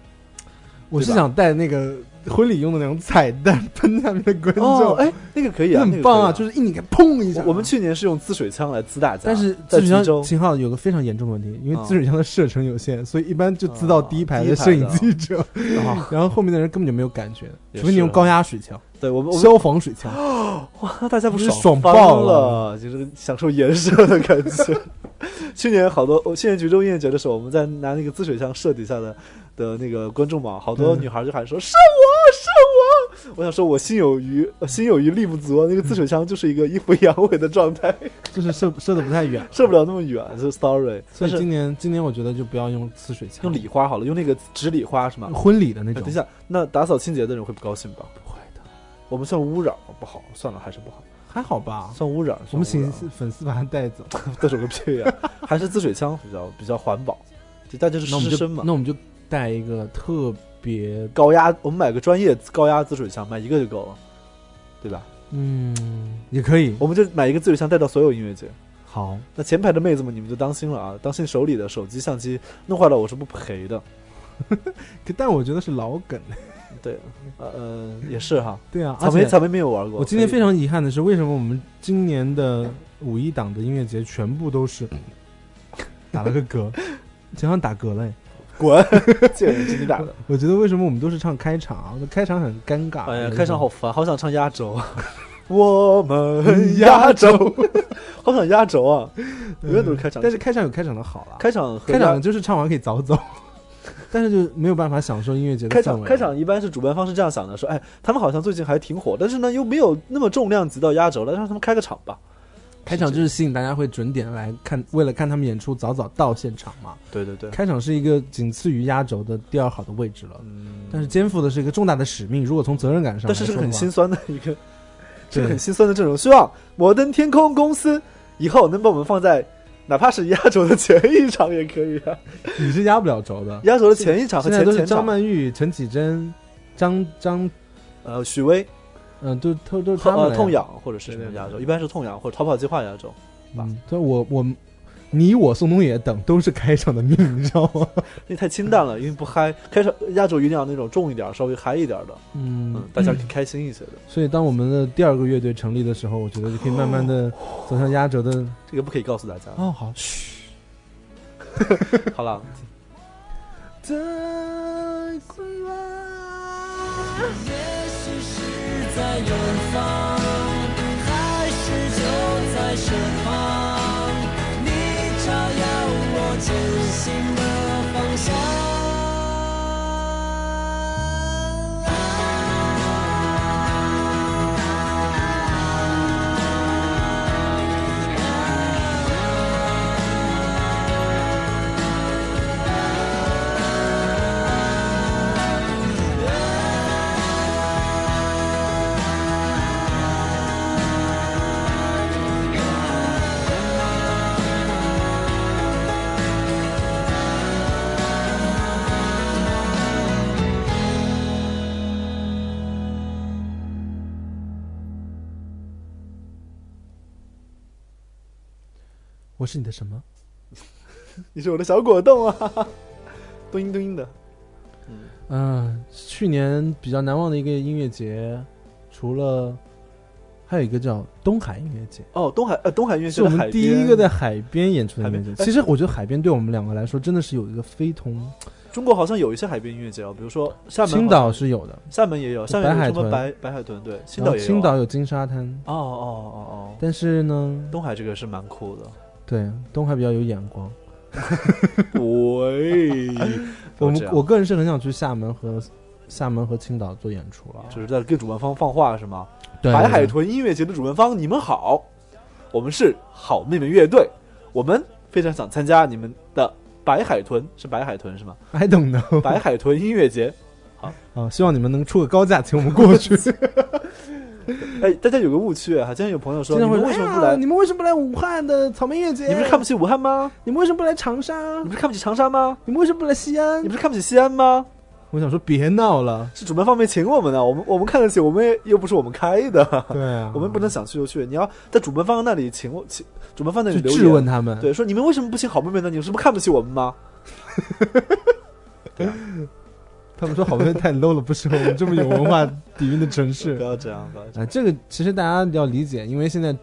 S1: 我是
S3: 对吧
S1: 想带那个婚礼用的那种彩弹喷下面的观
S3: 哦
S1: 众，，
S3: 哎，那个可以
S1: 那
S3: 啊，
S1: 很棒啊！
S3: 啊，
S1: 就是一拧开，砰一下。
S3: 我我们去年是用滋水枪来滋大家，
S1: 但是嗯
S3: 在
S1: 自水
S3: 济
S1: 枪
S3: 州，
S1: 型号有个非常严重的问题，因为
S3: 啊
S1: 自水枪的射程有限，所以一般就滋到第一排
S3: 啊第一
S1: 的
S3: 排
S1: 摄影
S3: 的
S1: 记者，*laughs*
S3: 啊
S1: 然后后面的人嗯根本就没有感觉，
S3: 也
S1: 除非你用
S3: 是
S1: 高压水枪、
S3: 对我们我们
S1: 消防水枪。 *laughs*
S3: 哇，大家不是
S1: 爽
S3: 翻
S1: 爆
S3: 了，就是享受颜射的感觉。 *laughs* 去年好多，我去年橘州音乐节的时候，我们在拿那个滋水枪射底下的的那个观众嘛，好多
S1: 嗯
S3: 女孩就喊说：“射我，射我！”我想说，我心有余，呃心有余力不足啊。那个滋水枪就是一个一俯仰尾的状态，
S1: 就是射射的不太远，
S3: 射不了那么远，就 sorry。
S1: 所以
S3: 但是
S1: 今年今年我觉得就不要用啊呲水枪，
S3: 用礼花好了，用那个纸礼花是吗？
S1: 婚礼的那
S3: 哎
S1: 种
S3: 等一。下，那打扫清洁的人会不高兴吧？不会的，我们算污染吗不好，算了，还是不好，
S1: 还好吧，
S3: 算污染。
S1: 我们
S3: 算污
S1: 请
S3: 染
S1: 粉丝把他带走，
S3: *laughs* 得手个屁呀、啊还是滋水枪比较比较环保，就大家就是
S1: 那我们就
S3: 湿身嘛
S1: 那。我们就带一个特别，
S3: 高压，我们买个专业高压滋水枪，买一个就够了，对吧？
S1: 嗯，也可以。
S3: 我们就买一个滋水枪带到所有音乐节。
S1: 好，
S3: 那前排的妹子们，你们就当心了啊，当心手里的手机、相机弄坏了，我是不赔的。
S1: 可但我觉得是老梗， *laughs*
S3: 对，呃呃，也是哈。
S1: 对啊，
S3: 草
S1: 而
S3: 莓
S1: 且
S3: 草莓没有玩过。
S1: 我今天
S3: 可以
S1: 非常遗憾的是，为什么我们今年的五一档的音乐节全部都是
S3: 嗯
S1: 打了个
S3: *laughs*
S1: 嗝，想想打嗝嘞？
S3: 滚，这个是
S1: *laughs*
S3: 你打的。
S1: 我觉得为什么我们都是唱开场，开场很尴尬。
S3: 哎
S1: 有
S3: 呀，
S1: 一
S3: 开场
S1: 种
S3: 好烦，好想唱压轴。啊
S1: *laughs*
S3: 我们压轴， *laughs* 好想压轴啊！永远都是开场，
S1: 但是开场有开场的好了，
S3: 开啊场
S1: 开
S3: 和压
S1: 场就是唱完可以早
S3: *laughs*
S1: 走，但是就没有办法享受音乐节的
S3: 开
S1: 氛
S3: 场
S1: 围啊
S3: 开场一般是主办方是这样想的，说哎，他们好像最近还挺火，但是呢又没有那么重量级到压轴了，让他们开个场吧。
S1: 开场就是吸引大家会准点来看，为了看他们演出早早到现场嘛。
S3: 对对对，
S1: 开场是一个仅次于压轴的第二好的位置了，
S3: 嗯，
S1: 但是肩负的是一个重大的使命。如果从责任感上来
S3: 但
S1: 说的
S3: 是是
S1: 话，
S3: 个很心酸的一个，是个
S1: 对
S3: 很心酸的阵容。希望摩登天空公司以后能把我们放在哪怕是压轴的前一场也可以
S1: *laughs*
S3: 啊，
S1: 你是压不了轴的。
S3: 压轴的前一场和
S1: 现在
S3: 前
S1: 都是
S3: 前
S1: 张
S3: 场，
S1: 曼玉、陈绮贞、张张，
S3: 呃，许巍
S1: 嗯、都都都是他
S3: 痛
S1: 们
S3: 呃
S1: 来
S3: 痛痒或者是
S1: 对
S3: 什么
S1: 对
S3: 压
S1: 对
S3: 轴，一般是痛痒或者逃跑计划压轴。
S1: 嗯，所以我我你我宋冬野等都是开场的命，你知道吗？
S3: 那太清淡
S1: *laughs*
S3: 了，因为不嗨。开场压轴一定要那种重一点儿，稍微嗨一点儿的，
S1: 嗯
S3: *laughs* 嗯，大家开心一些的。
S1: 所以当我们的第二个乐队成立的时候，我觉得就可以慢慢的走向压轴的。
S3: 这个不可以告诉大家。
S1: 哦，好，嘘。
S3: 好了，
S7: 也许是在远方，还是就在身旁？你照耀我前行的方向。
S1: 我是你的什么？
S3: 你是我的小
S1: *laughs*
S3: 果冻啊，咚音咚音的。
S1: 嗯、去年比较难忘的一个音乐节，除了还有一个叫东海音乐节，
S3: 哦，东海呃，东海音乐
S1: 是
S3: 节
S1: 我
S3: 的海
S1: 们第一
S3: 边
S1: 个在海边演出的
S3: 海
S1: 音乐
S3: 边
S1: 节。
S3: 哎
S1: 其实我觉得海边对我们两个来说真的是有一个非同。
S3: 中国好像有一些海边音乐节啊，比如说厦门好像、
S1: 青岛是有的，
S3: 厦门也有，厦门
S1: 白
S3: 有
S1: 海
S3: 什么
S1: 豚
S3: 白白海豚，对， *laughs* 青
S1: 然
S3: 岛
S1: 后
S3: 也有啊。
S1: 青岛有金沙滩，
S3: 哦哦哦
S1: 但是呢
S3: 哦，，东海这个是蛮酷的。
S1: 对东海比较有眼光。
S3: 喂，
S1: *laughs* 我
S3: 这
S1: 们
S3: 样
S1: 我个人是很想去厦门和厦门和青岛做演出了。
S3: 就是在跟主办方放话是吗？
S1: 对
S3: 白海豚音乐节的主办方，你们好，我们是好妹妹乐队，我们非常想参加你们的白海豚，是白海豚是
S1: *laughs*
S3: 吗？
S1: ，I don't know。
S3: 白海豚音乐节，
S1: *laughs* 啊，希望你们能出个高价请我们过
S3: *laughs*
S1: 去。
S3: 哎，大家有个误区啊，今天有朋友
S1: *laughs*
S3: 说
S1: 经常
S3: 你
S1: 会
S3: 们
S1: 说
S3: 为什么不
S1: 哎呀
S3: 来？
S1: 你们为什么不来武汉的草莓音乐节？
S3: 你不是看不起武汉吗？
S1: 你们为什么不来长沙啊
S3: 你？不是看不起长沙吗？
S1: 你们为什么不来西安啊
S3: 你？不是看不起西安吗？
S1: 我想说别闹 *laughs* 了。
S3: 是主办方没请我们啊呢，我们我们看得起，我们也又不是我们开的， *laughs*
S1: 对啊，
S3: 我们不能想去就去。你要在主办方那里请我请主办方那里
S1: 去
S3: 留言
S1: 质问他们。
S3: 对，说你们为什么不请好妹妹呢？你们是不是看不起我们吗？
S1: 他们说好像太 low 了，不适合我们这么有文化底蕴的城市 *laughs*
S3: 不。要这样，不要这样。
S1: 啊，这个其实大家要理解，因为现在，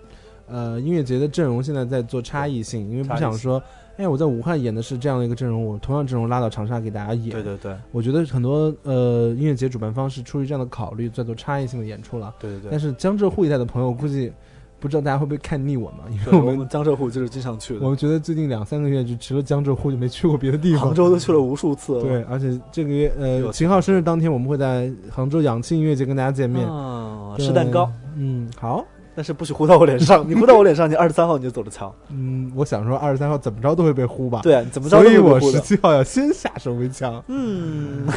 S1: 呃，音乐节的阵容现在在做差异性，因为不
S3: 差异
S1: 想
S3: 性
S1: 说，哎，我在武汉演的是这样的一个阵容，我同样阵容拉到长沙给大家演。
S3: 对对对
S1: 我觉得很多呃音乐节主办方是出于这样的考虑在做差异性的演出了，
S3: 对对
S1: 但
S3: 对。
S1: 是江浙沪一带的朋友估计不知道大家会不会看腻我们，因为
S3: 对
S1: 我
S3: 我
S1: 们
S3: 们江浙沪就是经常去
S1: 我
S3: 的，
S1: 们觉得最近两三个月就除了江浙沪就没去过别的地方。
S3: 杭州都去了无数次了。
S1: 对，而且这个月
S3: 有
S1: 呃秦昊生日当天我们会在杭州氧气音乐节跟大家见面。
S3: 啊，
S1: 对
S3: 吃蛋糕，，
S1: 嗯，好。
S3: 但是不许呼到我脸上，你呼到我脸上，你二十三号你就走了墙。
S1: 嗯，我想说二十三号怎么着都会被呼吧。，
S3: 对啊，你怎么着
S1: 所
S3: 都
S1: 以
S3: 是
S1: 我
S3: 呼
S1: 十
S3: 的。
S1: 七号要先下手为强， *laughs*
S3: 嗯，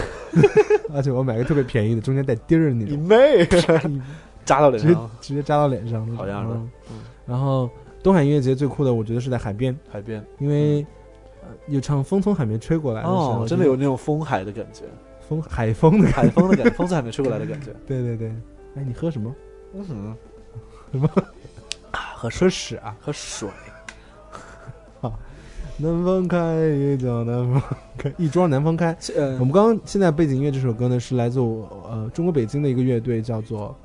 S1: 而且我买个特别便宜的，中间带钉儿的那
S3: 你
S1: 种，
S3: 妹， *laughs* 扎到脸
S1: 直接
S3: 上，
S1: 直接扎到脸上那种。
S3: 嗯好样的
S1: 嗯然后东海音乐节最酷的，我觉得是在海边，
S3: 海边
S1: 因为呃有场风从海边吹过来的时候，
S3: 嗯哦真的有那种风海的感觉，
S1: 风海风的感 *laughs*
S3: 海风的感觉，风从海边吹过来的感觉。
S1: 觉。对对对，哎，你喝什么？
S3: 嗯哼，
S1: 喝屎啊！
S3: 喝水，
S1: 南方开，一角南方开，一庄南方开。
S3: 呃
S1: 我，们刚刚现在背景音乐这首歌呢，是来自我呃中国北京的一个乐队，叫做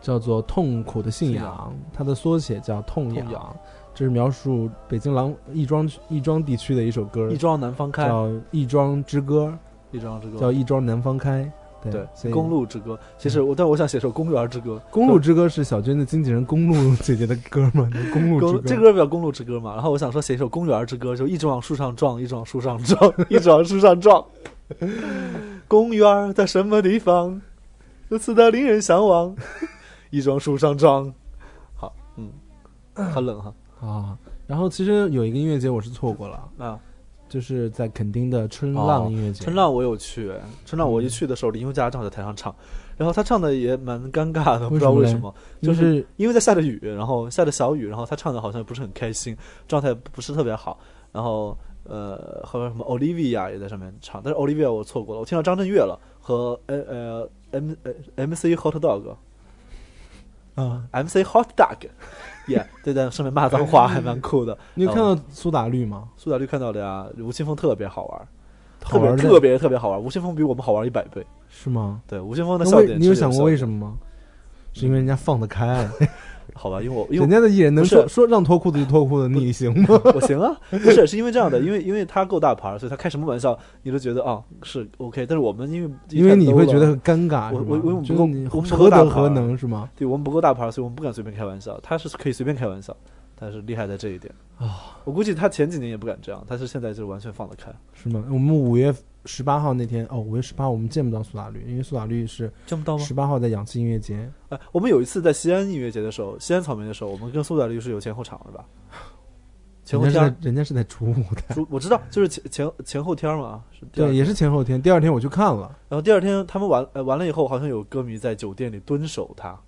S1: 叫做痛苦的信
S3: 信
S1: 仰，它的缩写叫痛
S3: 痛
S1: 痒。这是描述北京廊亦庄亦庄地区的一首歌，
S3: 一庄南方开，
S1: 叫《亦庄之歌》，
S3: 一庄之
S1: 叫《嗯
S3: 歌，
S1: 亦庄南方开》。对，所
S3: 对，
S1: 以
S3: 公路之歌。其实我，但我想写首公园之歌。
S1: 公路之歌是小娟的经纪人公路姐姐的歌吗？公路之
S3: 公
S1: 歌，
S3: 这歌比较公路之歌嘛，然后我想说写一首公园之歌，就一直往树上撞，一直往树上撞， *laughs* 一直往树上
S1: *laughs*
S3: 撞。公园在什么地方？如此的令人向往。 *laughs* 一直往树上撞。好，嗯，很冷哈。
S1: 啊。然后其实有一个音乐节我是错过了，
S3: 啊，
S1: 就是在垦丁的春浪音乐节。
S3: 哦春浪我有去，春浪我一去的时候，林宥嘉正好在台上唱，然后他唱的也蛮尴尬的，不知道嗯为
S1: 为
S3: 什
S1: 什
S3: 么
S1: 么，就
S3: 就
S1: 是是
S3: 因为在下着雨，然后下着小雨，然后他唱的好像不是很开心，状态不是特别好。然后呃，后面什么 Olivia 也在上面唱，但是 Olivia 我错过了，我听到张震岳了和呃呃 M 呃 MC Hot Dog
S1: 啊，
S3: MC Hot Dog，也 *laughs* 对在上面骂脏话，还蛮酷的。
S1: 你有
S3: 然
S1: 看
S3: 后
S1: 到苏打绿吗？
S3: 苏打绿看到的呀？吴青峰特别好玩，特
S1: 好
S3: 别
S1: 玩
S3: 特
S1: 的
S3: 别特别好玩，吴青峰比我们好玩一百倍。
S1: 是吗？
S3: 对，吴青峰的
S1: 那
S3: 笑
S1: 为
S3: 点，哎
S1: 你有想过为
S3: 么？
S1: 什么吗？是因为人家放得开，
S3: 好吧，因为我因
S1: 人
S3: 为
S1: 家的艺人能
S3: 不是
S1: 说说让脱裤子就脱裤子，你行吗？
S3: 我我行啊，不是是因为这样的，因为因为他够大牌儿，所以他开什么玩笑你都觉得啊是 OK，但是我们因为
S1: *laughs* 因为你会
S3: 太 low
S1: 觉得
S3: 了
S1: 很尴尬，
S3: 我
S1: 是吗
S3: 我我们不
S1: 觉
S3: 够
S1: 得你
S3: 我们不
S1: 何
S3: 够大
S1: 德
S3: 牌
S1: 何
S3: 儿
S1: 能是吗？
S3: 对我们不够大牌儿，所以我们不敢随便开玩笑，他是可以随便开玩笑，他是厉害在这一点啊。我估计他前几年也不敢这样，但是现在就是完全放得开，
S1: 是吗？我们五月十八号那天，哦，五月十八我们见不到苏打绿，因为苏打绿是
S3: 见不到
S1: 十八号在氧气音乐节，
S3: 哎，我们有一次在西安音乐节的时候，西安草莓的时候，我们跟苏打绿是有前后场的吧？前
S1: 人
S3: 后
S1: 家是
S3: 天儿
S1: 在，人家是在主舞
S3: *laughs*
S1: 台，
S3: 我知道，就是前前前后天儿嘛，是第二
S1: 对，也是前后天。第二天我去看了，
S3: 然后第二天他们完呃完了以后，好像有歌迷在酒店里蹲守他，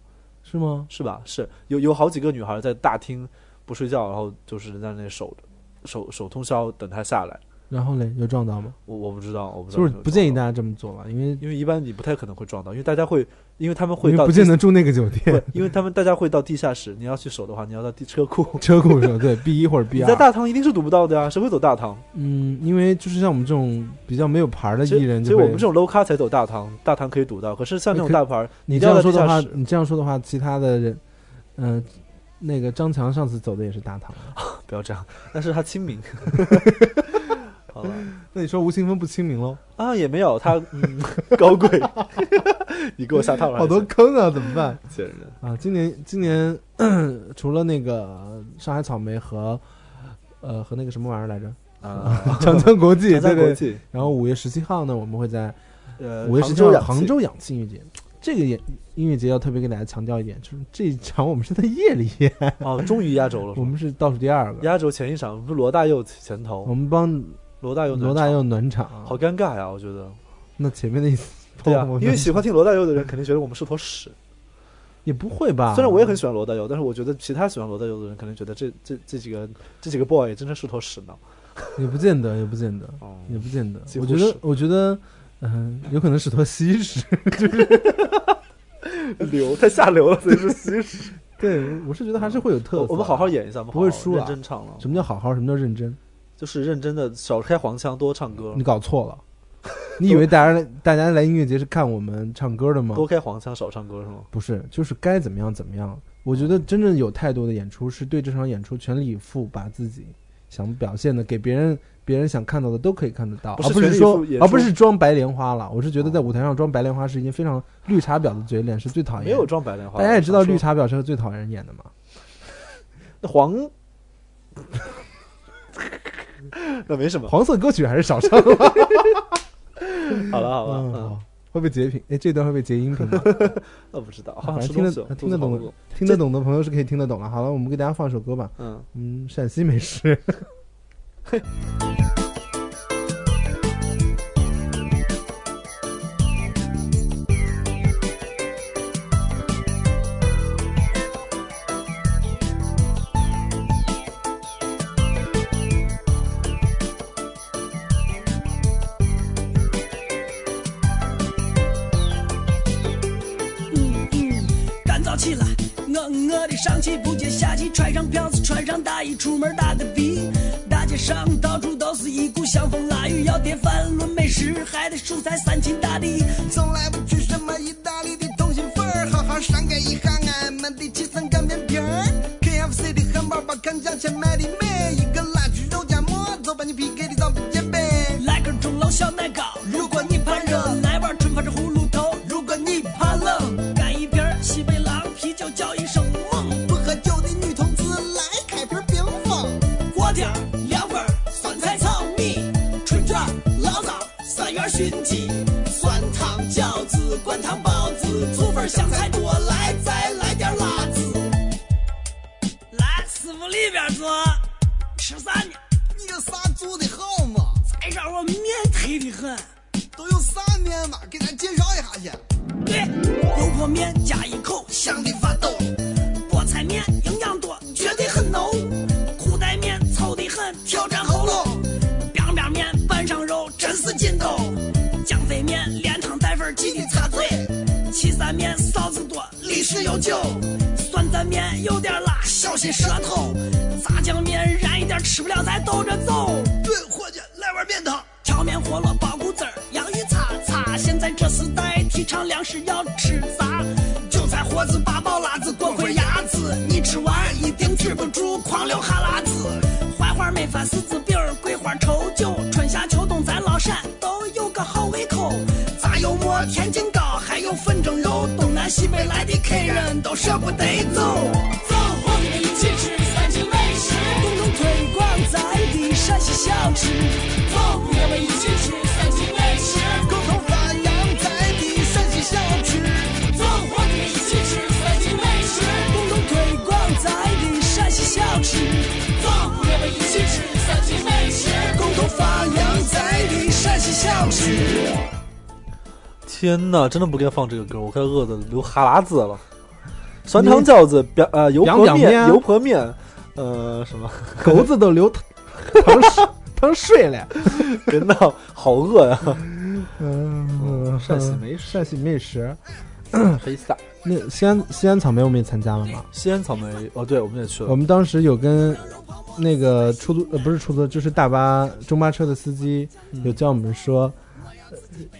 S1: 是吗？
S3: 是吧？是有有好几个女孩在大厅不睡觉，然后就是在那里守着，守守通宵等他下来。
S1: 然后嘞，有撞到吗？
S3: 我我不知道，我不知
S1: 就
S3: 道
S1: 是
S3: 有没有
S1: 不建议
S3: 撞
S1: 大家
S3: 到，
S1: 这么做了，因为
S3: 因为一般你不太可能会撞到，因为大家会，因为他们会
S1: 因为
S3: 到
S1: 不
S3: 地
S1: 见得住那个酒店
S3: 会，因为他们大家会到地下室，你要去守的话，你要到地车
S1: *laughs*
S3: 库。
S1: 车库是吧？对，B 一或者
S3: *laughs* 你
S1: B
S3: 在
S1: 二，
S3: 大堂一定是堵不到的啊呀，谁会走大堂？
S1: 嗯，因为就是像我们这种比较没有牌儿的
S3: 其
S1: 艺
S3: 实
S1: 人，
S3: 其实
S1: 就
S3: 我
S1: 会
S3: 们这种 low 咖才走大堂，大堂可以堵到。可是像这种
S1: 可
S3: 大牌儿，
S1: 你
S3: 一
S1: 这
S3: 定要
S1: 样
S3: 在
S1: 说
S3: 地
S1: 的
S3: 下
S1: 话，
S3: 室。
S1: 你这样说的话，其他的人，嗯、那个张强上次走的也是大堂。
S3: 不要这 *laughs* 样，但是他亲
S1: *laughs*
S3: 民。好了。
S1: 那你说吴青峰不亲民喽？
S3: 啊，也没有，他嗯
S1: *laughs*
S3: 高贵，你给我下套了，
S1: 好多坑啊，怎么办
S3: 贱人。
S1: *laughs* 啊？今年今年 *clears throat* 除了那个呃上海草莓和呃和那个什么玩意儿来
S3: *laughs*
S1: 着，
S3: 啊，
S1: 长江国际，对
S3: 长江国
S1: 对。
S3: 际，
S1: 然后五月十七号呢，我们会在
S3: 呃，
S1: 五月十
S3: 杭
S1: 七
S3: 州
S1: 号
S3: 氧
S1: 杭
S3: 气
S1: 州啊氧气音乐节。这个也音乐节要特别给大家强调一点，就是这一场我们是在夜
S3: *laughs*
S1: 里演，
S3: 哦，终于压轴了，是
S1: 我
S3: 吧
S1: 们是倒数第二个，
S3: 压轴前一场不是罗大佑前
S1: 我
S3: 头，
S1: 们帮
S3: 罗大佑暖
S1: 罗大
S3: 场，
S1: 佑暖场。
S3: 好尴尬呀，我觉得，
S1: 那前面的一
S3: 对啊
S1: 我，们
S3: 因为喜欢听罗大佑的人肯定觉得我们是坨屎，
S1: 也不会吧？
S3: 虽然我也很喜欢罗大佑，但是我觉得其他喜欢罗大佑的人肯定觉得这这这几个这几个 boy 真的是坨屎呢，
S1: 也不见得，也不见得，
S3: 哦，
S1: 也不见得。
S3: 几乎
S1: 我觉
S3: 是
S1: 得，我觉得，嗯、有可能是坨稀屎。
S3: 流太下流了，所以是稀屎。
S1: *laughs* 对，我是觉得还是会有特色
S3: 我
S1: 的。
S3: 我们好好演一下，我们
S1: 不会
S3: 好好
S1: 输啊
S3: 认真唱了，
S1: 什么叫好好？什么叫认真？
S3: 就是认真的少开黄腔，多唱歌
S1: 你。搞错了。
S3: *laughs*
S1: 你以为大家来大家来音乐节是看我们唱歌的吗？
S3: 多开黄腔，少唱歌是吗？
S1: 不是，就是该怎么样怎么样。我觉
S3: 哦
S1: 得真正有态度的演出是对这场演出全力以赴，把自己想表现的给别人，别人想看到的都可以看得到，
S3: 不是
S1: 而不
S3: 全
S1: 是
S3: 力以
S1: 说
S3: 赴哦演，
S1: 而
S3: 出
S1: 不是装白莲花了。我是觉得在舞台上装白莲花是一件非常绿茶婊的嘴脸，是最讨厌的。
S3: 没有啊装白莲花，
S1: 哎大家也知道绿
S3: 我
S1: 茶婊是最讨人演的嘛。
S3: 想说那黄， *laughs* 那没什么。
S1: 黄色歌曲还是少唱吧。
S3: 好了好了，
S1: 嗯，
S3: 嗯，
S1: 好会被截屏？哎，这段会被截音屏吗？
S3: 那不知道， *laughs* 好
S1: 啊反正
S3: 像吃
S1: 听
S3: 东
S1: 得
S3: 西了，
S1: 听得
S3: 肚子好
S1: 懂
S3: 饿
S1: 的，听得懂的朋友是可以听得懂了。好了，我们给大家放首歌吧。
S3: 嗯，
S1: 嗯，陕西美食。
S8: 嗯
S7: 干燥起来，我我的上气不接下气，穿上飘子，穿上大衣，出门打个的。
S8: 街上到处都是一股香风腊雨，要添饭论美食，还得蔬菜三秦大地。
S9: 从来不去什么意大利的通心粉儿，好好伤感一下俺们的七三擀面皮儿。KFC 的汉堡包，看价钱买的美，一个辣子肉夹馍，走吧你 PK 的造不戒备。
S8: 来根钟楼小奶糕，如果你怕热，来碗春发这葫芦头，如果你怕冷，干一瓶儿西北狼啤酒叫一声猛，
S9: 不喝酒的女同志来开瓶冰峰，
S8: 锅底儿凉粉儿酸菜炒米，春卷儿醪糟三元熏鸡，酸汤饺子灌汤包子，醋粉儿香菜多来，再来点儿辣子。来，师傅里边坐，吃啥呢？
S9: 你这仨做的好嘛？
S8: 哎呀，我面忒的很。
S9: 都有啥面嘛？给咱介绍一下去。
S8: 对，油泼面加一口，香的发抖；菠菜面营养多，绝对很浓；裤带面臭的很，挑战喉咙；凉凉面拌上肉，真是劲头；江飞面连汤带粉，记得擦嘴；岐山面臊子多，历史悠久；酸蘸面有点辣，小心舌头；炸酱面燃一点，吃不了咱兜着走。
S9: 对，伙计，来碗面汤。
S8: 荞面、饸饹、苞谷汁儿、洋芋擦擦。现在这时代提倡粮食要吃杂，韭菜、盒子、八宝、辣子、锅盔、鸭子，你吃完一定止不住狂流哈喇子。槐花、美发、柿子饼儿、桂花、稠酒，春夏秋冬咱老陕都有个好胃口。炸油馍、天津糕，还有粉蒸肉，东南西北来的客人都舍不得走。走，我们一起吃三秦美食，共同推广咱的陕西小吃。走，我们一起吃三秦美食，
S9: 共同发扬咱的陕西小吃。
S8: 走，我们一起吃三秦美食，共同推广咱的陕西小吃。走，我们一起吃三秦美食，共同发扬咱的陕西小吃。
S3: 天哪，真的不该放这个歌，我快饿得流哈喇子了。酸汤饺子、表呃油
S1: 凉
S3: 泼
S1: 凉面啊
S3: 面、油泼面，呃什么？
S1: 狗
S3: *laughs*
S1: 子都 *laughs* 流疼水疼水了。
S3: 真的好饿呀、
S1: 嗯，
S3: 陕西美食
S1: 陕西美食。
S3: 黑撒。
S1: 那西安西安草莓我们也参加了嘛？
S3: 西安草莓哦，对，我们也去
S1: 我
S3: 了。
S1: 们当时有跟那个出租呃不是出租，就是大巴中巴车的司机有叫我们说，呃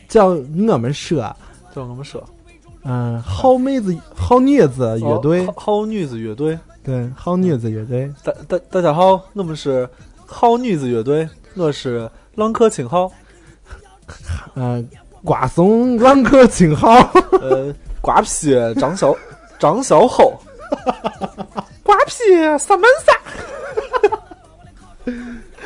S1: 叫我们说，
S3: 叫什么社？
S1: 嗯，好妹子好女子乐队
S3: 哦，好好女子乐队。
S1: 对，好女子乐队，
S3: 大大大家好，我们是好女子乐队，我是浪客秦昊。
S1: 嗯，瓜怂啷个请好， *laughs*
S3: 呃，瓜皮张小张小厚，
S1: 瓜皮萨门
S3: *laughs*
S1: 萨。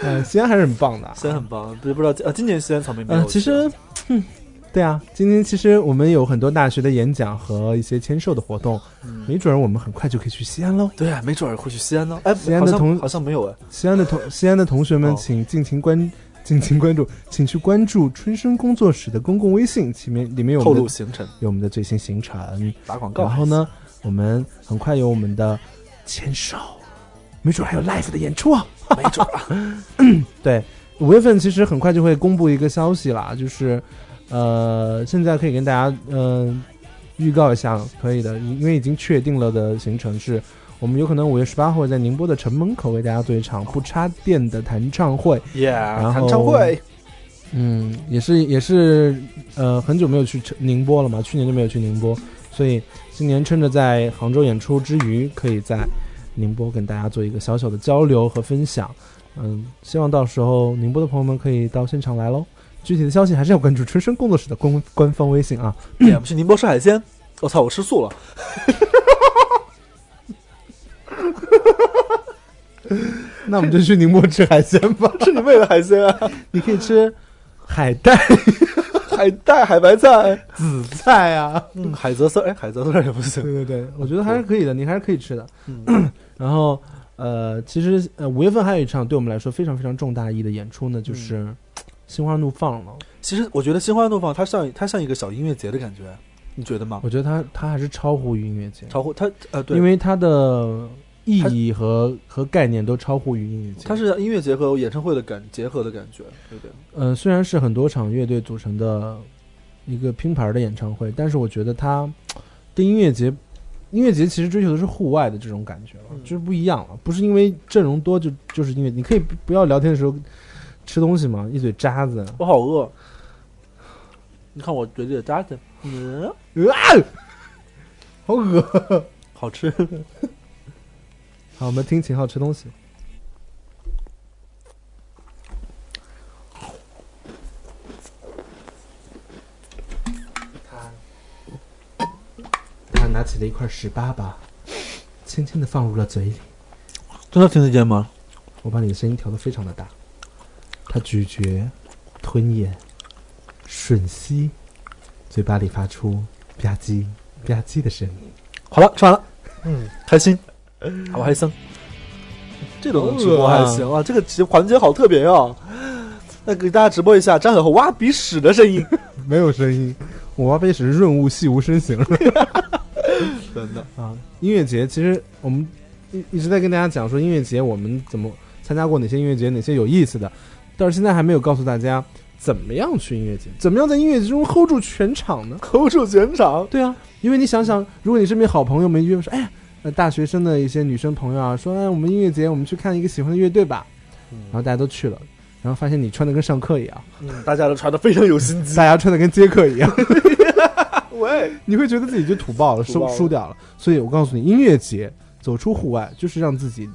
S1: 嗯，西安还是很棒的啊。
S3: 西安很棒，不不知道呃，今年西安草莓没有
S1: 嗯，
S3: 去。
S1: 其实，嗯，对啊，今天其实我们有很多大学的演讲和一些签售的活动，
S3: 嗯
S1: 没准儿我们很快就可以去西安喽。
S3: 对啊，没准儿会去西安呢。哎，
S1: 西安
S3: 好
S1: 的
S3: 像
S1: 同
S3: 好像没有哎。
S1: 西安的同西安的同学们，
S3: 哦
S1: 请尽情关尽情关注，请去关注春生工作室的公共微信，前面里面有
S3: 透
S1: 我们
S3: 露
S1: 的
S3: 行程，
S1: 有我们的最新行程。
S3: 打广告。
S1: 然后？呢，我们很快有我们的签售，没准儿还有 live 的演出啊。
S3: 没准儿啊。
S1: *laughs* 对，五月份其实很快就会公布一个消息啦，就是，呃，现在可以跟大家嗯、呃预告一下，可以的，因为已经确定了的行程是，我们有可能五月十八号在宁波的城门口为大家做一场不插电的弹唱会，
S3: 耶，
S1: 后
S3: 弹唱 *clears throat* 会。
S1: 嗯，也是也是，呃，很久没有去成宁波了嘛，去年就没有去宁波，所以今年趁着在杭州演出之余，可以在宁波跟大家做一个小小的交流和分享。嗯，希望到时候宁波的朋友们可以到现场来喽。具体的消息还是要关注春生工作室的官官方微信啊。
S3: 耶，我们去宁波吃海鲜。我操，我吃素 *laughs* 了。
S1: 那我们就去宁波吃海鲜吧，
S3: 吃你妹的海鲜啊！
S1: *laughs* 你可以吃海带、
S3: 海带、海白菜。
S1: 紫菜啊。
S3: 嗯，海蜇丝儿，哎，海蜇丝儿也不 *laughs* 行。
S1: 对对对，我觉得还是可以的，你还是可以吃的。
S3: 嗯
S1: *clears throat* 然后呃，其实呃，五月份还有一场对我们来说非常非常重大意义的演出呢，就是
S3: 嗯
S1: 《心花怒放》了。
S3: 其实我觉得《心花怒放》它像它像一个小音乐节的感觉，你觉得吗？
S1: 我觉得它它还是超乎于音乐节，
S3: 超乎它呃，对，
S1: 因为它的意义和和概念都超乎于音乐节。
S3: 它是音乐节和演唱会的感结合的感觉，对不对？
S1: 呃，虽然是很多场乐队组成的一个拼盘儿的演唱会，但是我觉得它对音乐节音乐节其实追求的是户外的这种感觉了，
S3: 嗯
S1: 就是不一样了，不是因为阵容多就就是因为你可以不不要聊天的时候吃东西嘛，一嘴渣子，
S3: 我好饿。你看我嘴里的渣子，嗯，
S1: 啊，好恶。
S3: 好吃。
S1: 好，我们听秦昊吃东西。他他拿起了一块十八吧，轻轻的放入了嘴里。
S3: *laughs* 真的听得见吗？
S1: 我把你的声音调得非常的大。他咀嚼、吞咽、吮吸，嘴巴里发出吧唧吧唧的声音。
S3: 好了，吃完了，嗯，开心，我还生。这都能直播还行啊！这个节环节好特别啊！那给大家直播一下张小红挖鼻屎的声音，
S1: 没有声音，我挖杯时润物细无声形。
S3: *laughs* 真的。
S1: 啊，音乐节其实我们一一直在跟大家讲说音乐节我们怎么参加过哪些音乐节，哪些有意思的，但是现在还没有告诉大家怎么样去音乐节，怎么样在音乐节中 hold 住全场呢？
S3: 口主全场，
S1: 对啊，因为你想想，如果你身边好朋友们约说，哎呀，呃，大学生的一些女生朋友啊，说，哎，我们音乐节我们去看一个喜欢的乐队吧，然后大家都去了，然后发现你穿的跟上课一样，
S3: 嗯，大家都穿的非常有心机。
S1: 大家穿的跟接客一 *laughs* 样，
S3: 喂，
S1: 你会觉得自己就土爆了，
S3: 土爆
S1: 输
S3: 了
S1: 输掉了。所以我告诉你，音乐节走出户外就是让自己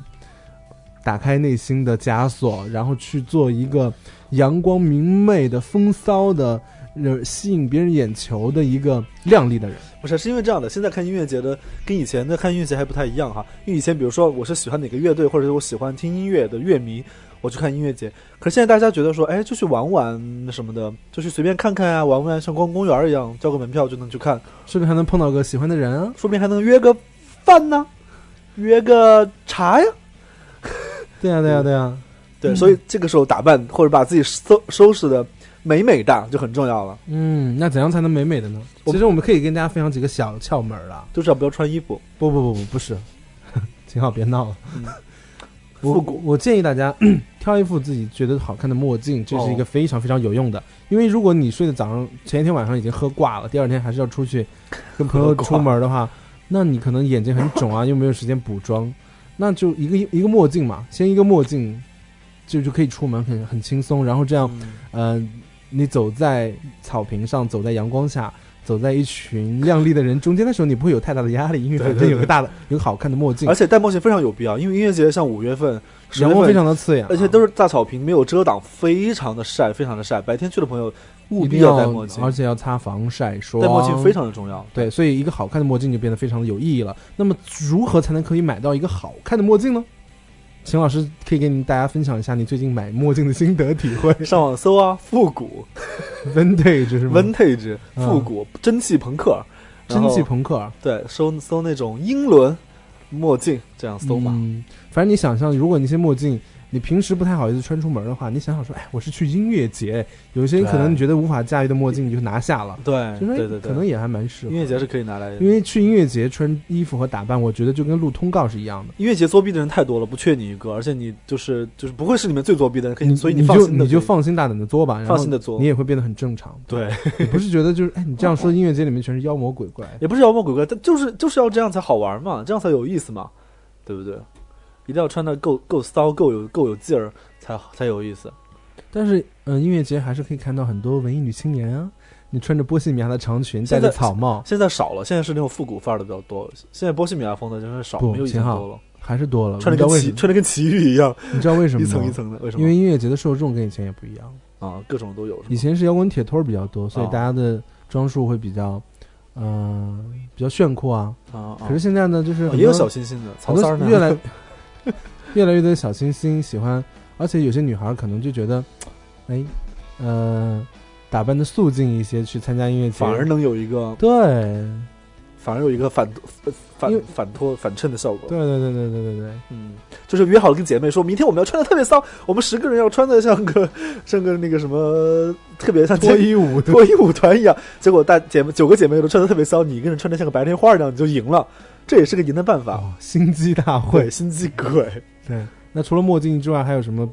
S1: 打开内心的枷锁，然后去做一个阳光明媚的、风骚的、呃吸引别人眼球的一个靓丽的人。
S3: 不是，是因为这样的，现在看音乐节的跟以前的看音乐节还不太一样哈。因为以前，比如说我是喜欢哪个乐队，或者是我喜欢听音乐的乐迷，我去看音乐节。可是现在大家觉得说，哎，就去玩玩什么的，就去随便看看啊，玩玩，像逛公园一样，交个门票就能去看，
S1: 说不定还能碰到个喜欢的人啊！
S3: 说不定还能约个饭呢、约个茶呀。
S1: 对呀、对呀、对呀、啊。
S3: 对，所以这个时候打扮或者把自己收收拾的美美哒就很重要了，
S1: 嗯，那怎样才能美美的呢？
S3: 我
S1: 其实我们可以跟大家分享几个小窍门儿啊啦。
S3: 就是要不要穿衣服。
S1: 不不不不，不是， *laughs* 秦昊别闹了。
S3: 嗯
S1: *laughs* 我
S3: 复古
S1: 我建议大家 *clears throat* 挑一副自己觉得好看的墨镜，这
S3: 哦
S1: 是一个非常非常有用的。因为如果你睡的早上前一天晚上已经喝挂了，第二天还是要出
S3: *laughs*
S1: 去跟朋友
S3: 喝挂
S1: 出门的话，那你可能眼睛很肿啊，又 *laughs* 没有时间补妆，那就一个一个墨镜嘛，先一个墨镜，就就可以出门很很轻松。然后这样，呃，你走在草坪上，走在阳光下，走在一群靓丽的人中间的时候，你不会有太大的压力，因为
S3: 对
S1: 反正
S3: 对
S1: 有个
S3: 对
S1: 大的、有个好看的墨镜
S3: 嗯而，且戴墨镜非常有必要，因为音乐节像五月份、十月
S1: 阳光
S3: 份
S1: 非常的刺眼啊，
S3: 而且都是大草坪，没有遮挡，非常的晒，非常的晒。白天去的朋友务
S1: 一
S3: 必
S1: 定
S3: 戴墨镜，
S1: 而且要擦防晒霜。
S3: 戴墨镜非常的重要。
S1: 对，所以一个好看的墨镜就变得非常的有意义了。那么，如何才能可以买到一个好看的墨镜呢？秦老师可以给你们大家分享一下你最近买墨镜的心得体
S3: *laughs*
S1: 会
S3: 上网搜啊，复古、
S1: ，vintage 是吗？
S3: vintage、
S1: 嗯
S3: 复古、蒸汽朋克，然
S1: 蒸
S3: 后
S1: 汽朋克啊
S3: 对，搜搜那种英伦墨镜，这样搜嘛。
S1: 嗯，反正你想象，如果你一些墨镜，你平时不太好意思穿出门的话，你想想说，哎，我是去音乐节，有一些可能你觉得无法驾驭的墨镜，你就拿下了，
S3: 对
S1: 就说哎
S3: 对对
S1: 可能
S3: 对，
S1: 也还蛮适合
S3: 音。乐节是可以拿来。
S1: 因为去音乐节穿衣服和打扮，我觉得就跟录通告是一样的。
S3: 音乐节作弊的人太多了，不缺你一个，而且你就是就是不会是里面最作弊的人，可以，所以
S1: 你
S3: 放
S1: 就
S3: 心的
S1: 你就放心大胆的作吧，然后
S3: 放心的做
S1: 你。也会变得很正
S3: *laughs*
S1: 常。
S3: 对，
S1: 你不是觉得就是哎，你这样说音乐节里面全是妖魔鬼怪，
S3: 也不是妖魔鬼怪，但就是就是要这样才好玩嘛，这样才有意思嘛，对不对？一定要穿的够够骚、够有够有劲儿，才才有意思。
S1: 但是嗯、呃音乐节还是可以看到很多文艺女青年啊，你穿着波西米亚的长裙，戴
S3: 现在
S1: 着草帽，
S3: 现在少了，现在是那种复古范儿的比较多。现在波西米亚风的真是少，
S1: 不
S3: 没有以前
S1: 秦昊
S3: 多了。
S1: 还是多了。
S3: 穿
S1: 你知
S3: 的
S1: 道
S3: 跟
S1: 为
S3: 奇
S1: 什么？
S3: 穿的跟奇遇一样，
S1: 你知道为什么
S3: 一
S1: 吗？
S3: 层一层的。为什么？
S1: 因为音乐节的受众跟以前也不一样，
S3: 啊，各种都有。是吗
S1: 以前是摇滚铁托儿比较多，所以
S3: 哦
S1: 大家的装束会比较，嗯、比较炫酷啊。
S3: 啊，啊
S1: 可是现在呢，就是
S3: 啊
S1: 很
S3: 也有
S1: 多
S3: 小清新的，
S1: 很
S3: 曹三
S1: 多
S3: 儿呢？
S1: 越
S3: *laughs*
S1: 来越来越多的小清新喜欢，而且有些女孩儿可能就觉得，哎，呃，打扮的素净一些去参加音乐节，
S3: 反而能有一个，
S1: 对
S3: 反而有一个反
S1: 因
S3: 反
S1: 为
S3: 反托反衬的效果。
S1: 对对对对对对对，
S3: 嗯，就是约好了跟姐妹说，明天我们要穿的特别骚，我们十个人要穿的像个 *laughs* 像个那个什么，特别像
S1: 脱衣舞
S3: *laughs* 脱衣舞团一样。结果大姐妹九个姐妹都穿的特别骚，你一个人穿的像个白莲花一样，你就赢了。这也是个赢的办法。
S1: 哦，心机大
S3: 会
S1: 会。
S3: 心机鬼
S1: 对，那除了墨镜之外，还有什么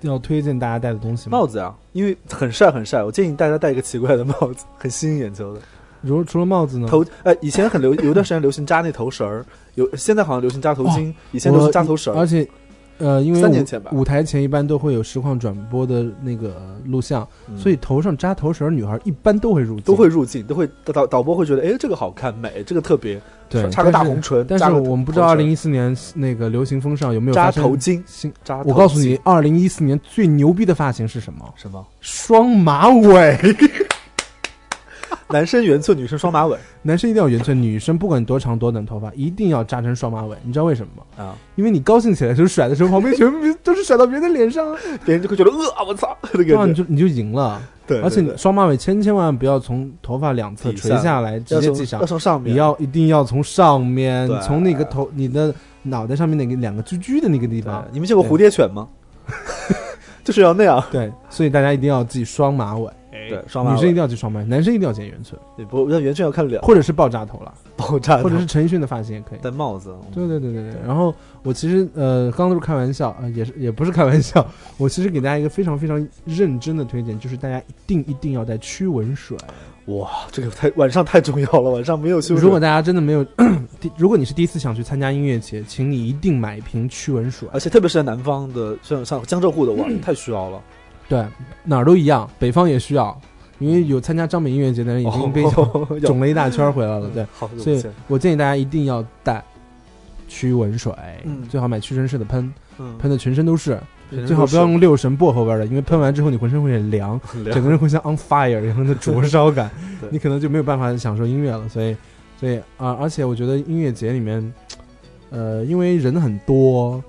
S1: 要推荐大家戴的东西吗？
S3: 帽子啊，因为很晒很晒，我建议大家戴一个奇怪的帽子，很吸引眼球的。
S1: 如除了帽子呢？
S3: 头呃，以前很流，有一段时间流行扎那头绳儿，有现在好像流行扎头巾，以前流行扎头绳
S1: 而
S3: 儿。
S1: 且，呃，因为
S3: 三年
S1: 舞
S3: 前吧
S1: 舞台前一般都会有实况转播的那个呃录像，
S3: 嗯
S1: 所以头上扎头绳儿女孩一般都会入镜，
S3: 都会入镜，都会导导播会觉得，哎，这个好看，美，这个特别，
S1: 对
S3: 插个大
S1: 但是
S3: 红唇，
S1: 但
S3: 扎
S1: 是
S3: 个
S1: 我们不知道
S3: 头
S1: 二
S3: 绳
S1: 零一四年那个流行风尚有没有
S3: 扎
S1: 发生
S3: 头巾
S1: 新。
S3: 扎头巾。
S1: 我告诉你，二零一四年最牛逼的发型是什么？
S3: 什么？
S1: 双马尾。
S3: 男生圆寸，女生双马尾
S1: 男生一定要圆寸，女生不管你多长多短头发，一定要扎成双马尾。你知道为什么吗？
S3: 啊，
S1: 因为你高兴起来的时候甩的时候，旁边全部都是甩到别人的脸
S3: *laughs*
S1: 上啊，
S3: *laughs* 别人就会觉得，呃，我操，那
S1: 然后
S3: 个
S1: 你就你就赢了。
S3: 对，
S1: 而且
S3: 对
S1: 你双马尾千千万不要从头发两侧
S3: 底
S1: 垂
S3: 下
S1: 下来，直
S3: 对
S1: 接
S3: 要
S1: 系
S3: 从
S1: 上
S3: 要，从上面，
S1: 你要一定要从上面
S3: 对，
S1: 从那个头你的脑袋上面那个两个居居的那个地
S3: 对
S1: 方。
S3: 你们见过蝴蝶犬吗？就是要那样，
S1: 对，所以大家一定要系双马尾，
S3: 对，双马
S1: 女生一定
S3: 尾。
S1: 要系双马尾，男生一定要剪圆寸，
S3: 你不，那圆圈要看脸，
S1: 或者是爆炸头了，
S3: 爆炸头，
S1: 或者是陈奕迅的发型也可以。
S3: 戴帽子。
S1: 对对对对对。然后我其实呃，刚刚都是开玩笑啊、呃也是也不是开玩笑。 *laughs* 我其实给大家一个非常非常认真的推荐，就是大家一定一定要带驱蚊水。
S3: 哇，这个太晚上太重要了，晚上没有休息。
S1: 如果大家真的没有， *clears throat* 第如果你是第一次想去参加音乐节，请你一定买一瓶驱蚊水。
S3: 而且特别是在南方的，像像江浙沪的，哇，太需要了。
S1: 对，哪儿都一样，北方也需要，因为有参加张北音乐节的人已经
S3: *laughs*
S1: *laughs* 被
S3: 哦嗯
S1: 肿了一大圈儿回来了。对，
S3: 好久
S1: 所
S3: 不
S1: 以
S3: 见。
S1: 我建议大家一定要带驱蚊水，
S3: 嗯
S1: 最好买屈臣氏的喷，
S3: 嗯
S1: 喷的全身都是。
S3: 全身
S1: 最好
S3: 都
S1: 不要用六神薄荷味儿的，因为喷完之后你浑身会很凉，
S3: 是
S1: 整个人会像 on fire 一样的灼烧感
S3: 啊 *laughs* 对，
S1: 你可能就没有办法享受音乐了。所以，所以啊、而且我觉得音乐节里面，呃，因为人很多，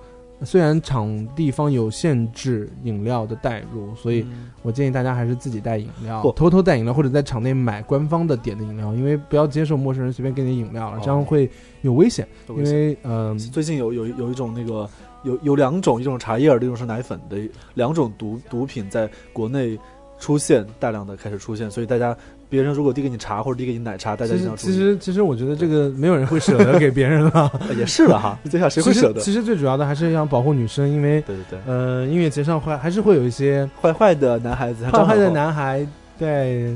S1: 虽然场地方有限制饮料的带入，所以
S3: 嗯
S1: 我建议大家还是自己带饮料
S3: 不，
S1: 偷偷带饮料或者在场内买官方的点的饮料，因为不要接受陌生人随便给你饮料了
S3: 哦，
S1: 这样会有危险。
S3: 有
S1: 因
S3: 危险
S1: 为嗯、
S3: 最近有有有一种那个有有两种，一种茶叶儿的，一种是奶粉的，两种毒毒品在国内出现，大量的开始出现，所以大家别人如果递给你茶或者递给你奶茶，大家
S1: 其
S3: 一
S1: 实
S3: 定要注
S1: 其
S3: 意。
S1: 实其实我觉得这个没有人会舍得给别人了。
S3: 呃也是了
S5: *laughs*
S3: 哈，你想 *laughs* 谁会
S1: 其实
S3: 舍得？
S1: 其实最主要的还是想保护女生，因为
S3: 对对对，
S1: 呃，音乐节上会还是会有一些
S3: 坏坏的男孩子，
S1: 坏坏的
S3: 张
S1: 男孩，对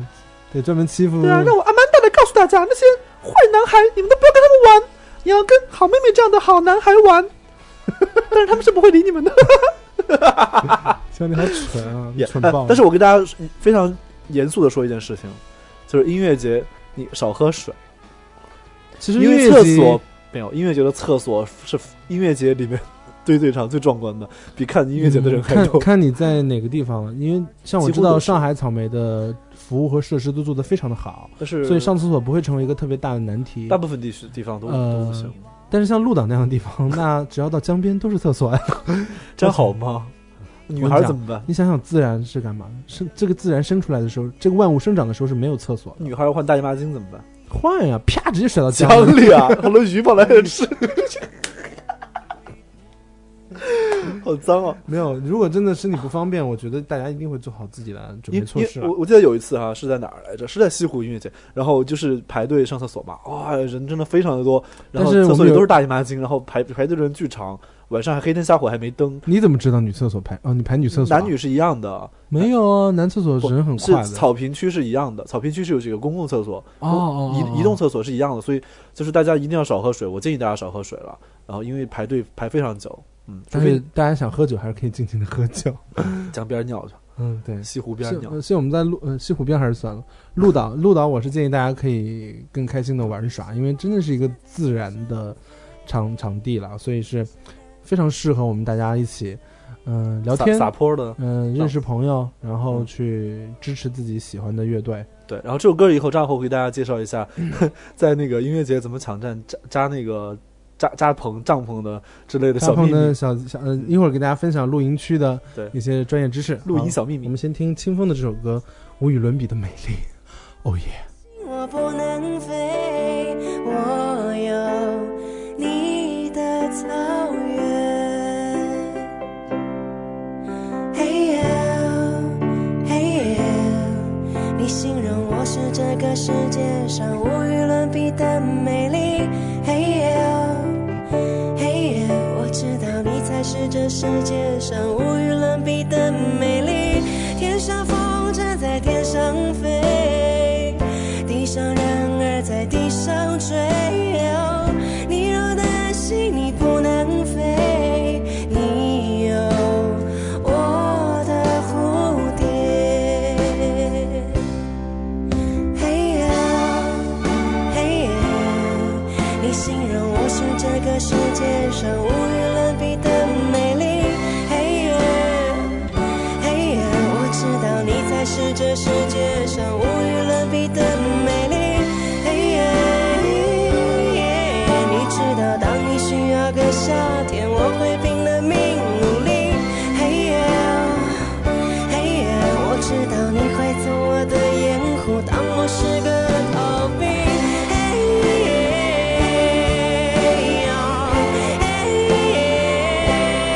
S1: 对，专门欺负。
S5: 对啊，让我阿曼达来告诉大家，那些坏男孩，你们都不要跟他们玩，你要跟好妹妹这样的好男孩玩， *laughs* 但是他们是不会理你们的。
S1: 兄弟好蠢啊，
S3: 也
S1: 蠢
S3: 哎
S1: 爆了！
S3: 但是我跟大家非常严肃的说一件事情，就是音乐节你少喝水，
S1: 其实
S3: 因为
S1: 音乐
S3: 厕
S1: 节
S3: 所没有音乐节的厕所是音乐节里面最最长、最壮观的，比看音乐节的人
S1: 嗯
S3: 还多
S1: 看。看你在哪个地方了，因为像我
S3: 几乎
S1: 知道
S3: 都是
S1: 上海草莓的服务和设施都做得非常的好，
S3: 但是
S1: 所以上厕所不会成为一个特别大的难题
S3: 大。部分地区地方都
S1: 呃
S3: 都不行，
S1: 但是像鹿岛那样的地方，那只要到江边都是厕所呀。 *laughs*
S3: 这样好吗？女孩怎么办？
S1: 你想想，自然是干嘛？生这个自然生出来的时候，这个万物生长的时候是没有厕所的。
S3: 女孩换大姨妈巾怎么办？
S1: 换
S3: 啊
S1: 呀，啪，直接甩到呃江里。
S3: 江里啊，好多鱼跑来吃， *laughs* 好脏啊！
S1: 没有，如果真的身体不方便，我觉得大家一定会做好自己的准备
S3: 因为
S1: 措
S3: 因
S1: 施啊
S3: 为
S1: 了。
S3: 我我记得有一次哈、是在哪儿来着？是在西湖音乐节，然后就是排队上厕所嘛，哇、人真的非常的多，然后
S1: 但是我们
S3: 厕所里
S1: 有
S3: 都是大姨妈巾，然后排排队的人巨长，晚上还黑灯瞎火，还没灯，
S1: 你怎么知道女厕所排？哦，你排女厕所啊、
S3: 男女是一样的，
S1: 没有啊，男厕所
S3: 不
S1: 人很
S3: 是
S1: 快的。
S3: 草坪区是一样的，草坪区是有几个公共厕所，
S1: 哦哦哦
S3: 移移动厕所是一样的，所以就是大家一定要少喝水，我建议大家少喝水了，然后因为排队排非常久，嗯，除
S1: 但是
S3: 非
S1: 大家想喝酒还是可以尽情的喝酒。
S3: 江边尿去，
S1: 嗯，对。
S3: 西湖边
S1: 是
S3: 尿，
S1: 呃是我们在鹿呃西湖边还是算了？鹿岛鹿岛，我是建议大家可以更开心的玩耍，因为真的是一个自然的场场地了，所以是非常适合我们大家一起嗯、呃聊
S3: 撒
S1: 天
S3: 撒泼的，
S1: 嗯，认识朋友，然后
S3: 嗯
S1: 去支持自己喜欢的乐队。
S3: 对，然后这首歌以后，张后给大家介绍一下， *laughs* 在那个音乐节怎么抢占扎扎那个扎扎棚、帐篷的之类的
S1: 大
S3: 小
S1: 鹏
S3: 秘
S1: 的
S3: 密，
S1: 小小，呃，一会儿给大家分享露营区的
S3: 对
S1: 一些专业知识。
S3: 露
S1: 好
S3: 营小秘
S1: 我
S3: 密
S1: 们。先听清风的这首歌《无与伦比的美
S3: *laughs*
S1: 丽》。哦耶！
S10: 我不能飞，我有你的草原。嘿呦，嘿呦，你形容我是这个世界上无与伦比的美丽。嘿呦，嘿呦，我知道你才是这世界上无与伦比的美丽。天上风筝在天上飞。地上人是这世界上无与伦比的美丽。嘿耶你知道，当你需要个夏天，我会拼了命努力。嘿耶嘿耶，我知道你会做我的掩护，当我是个逃兵。嘿耶嘿耶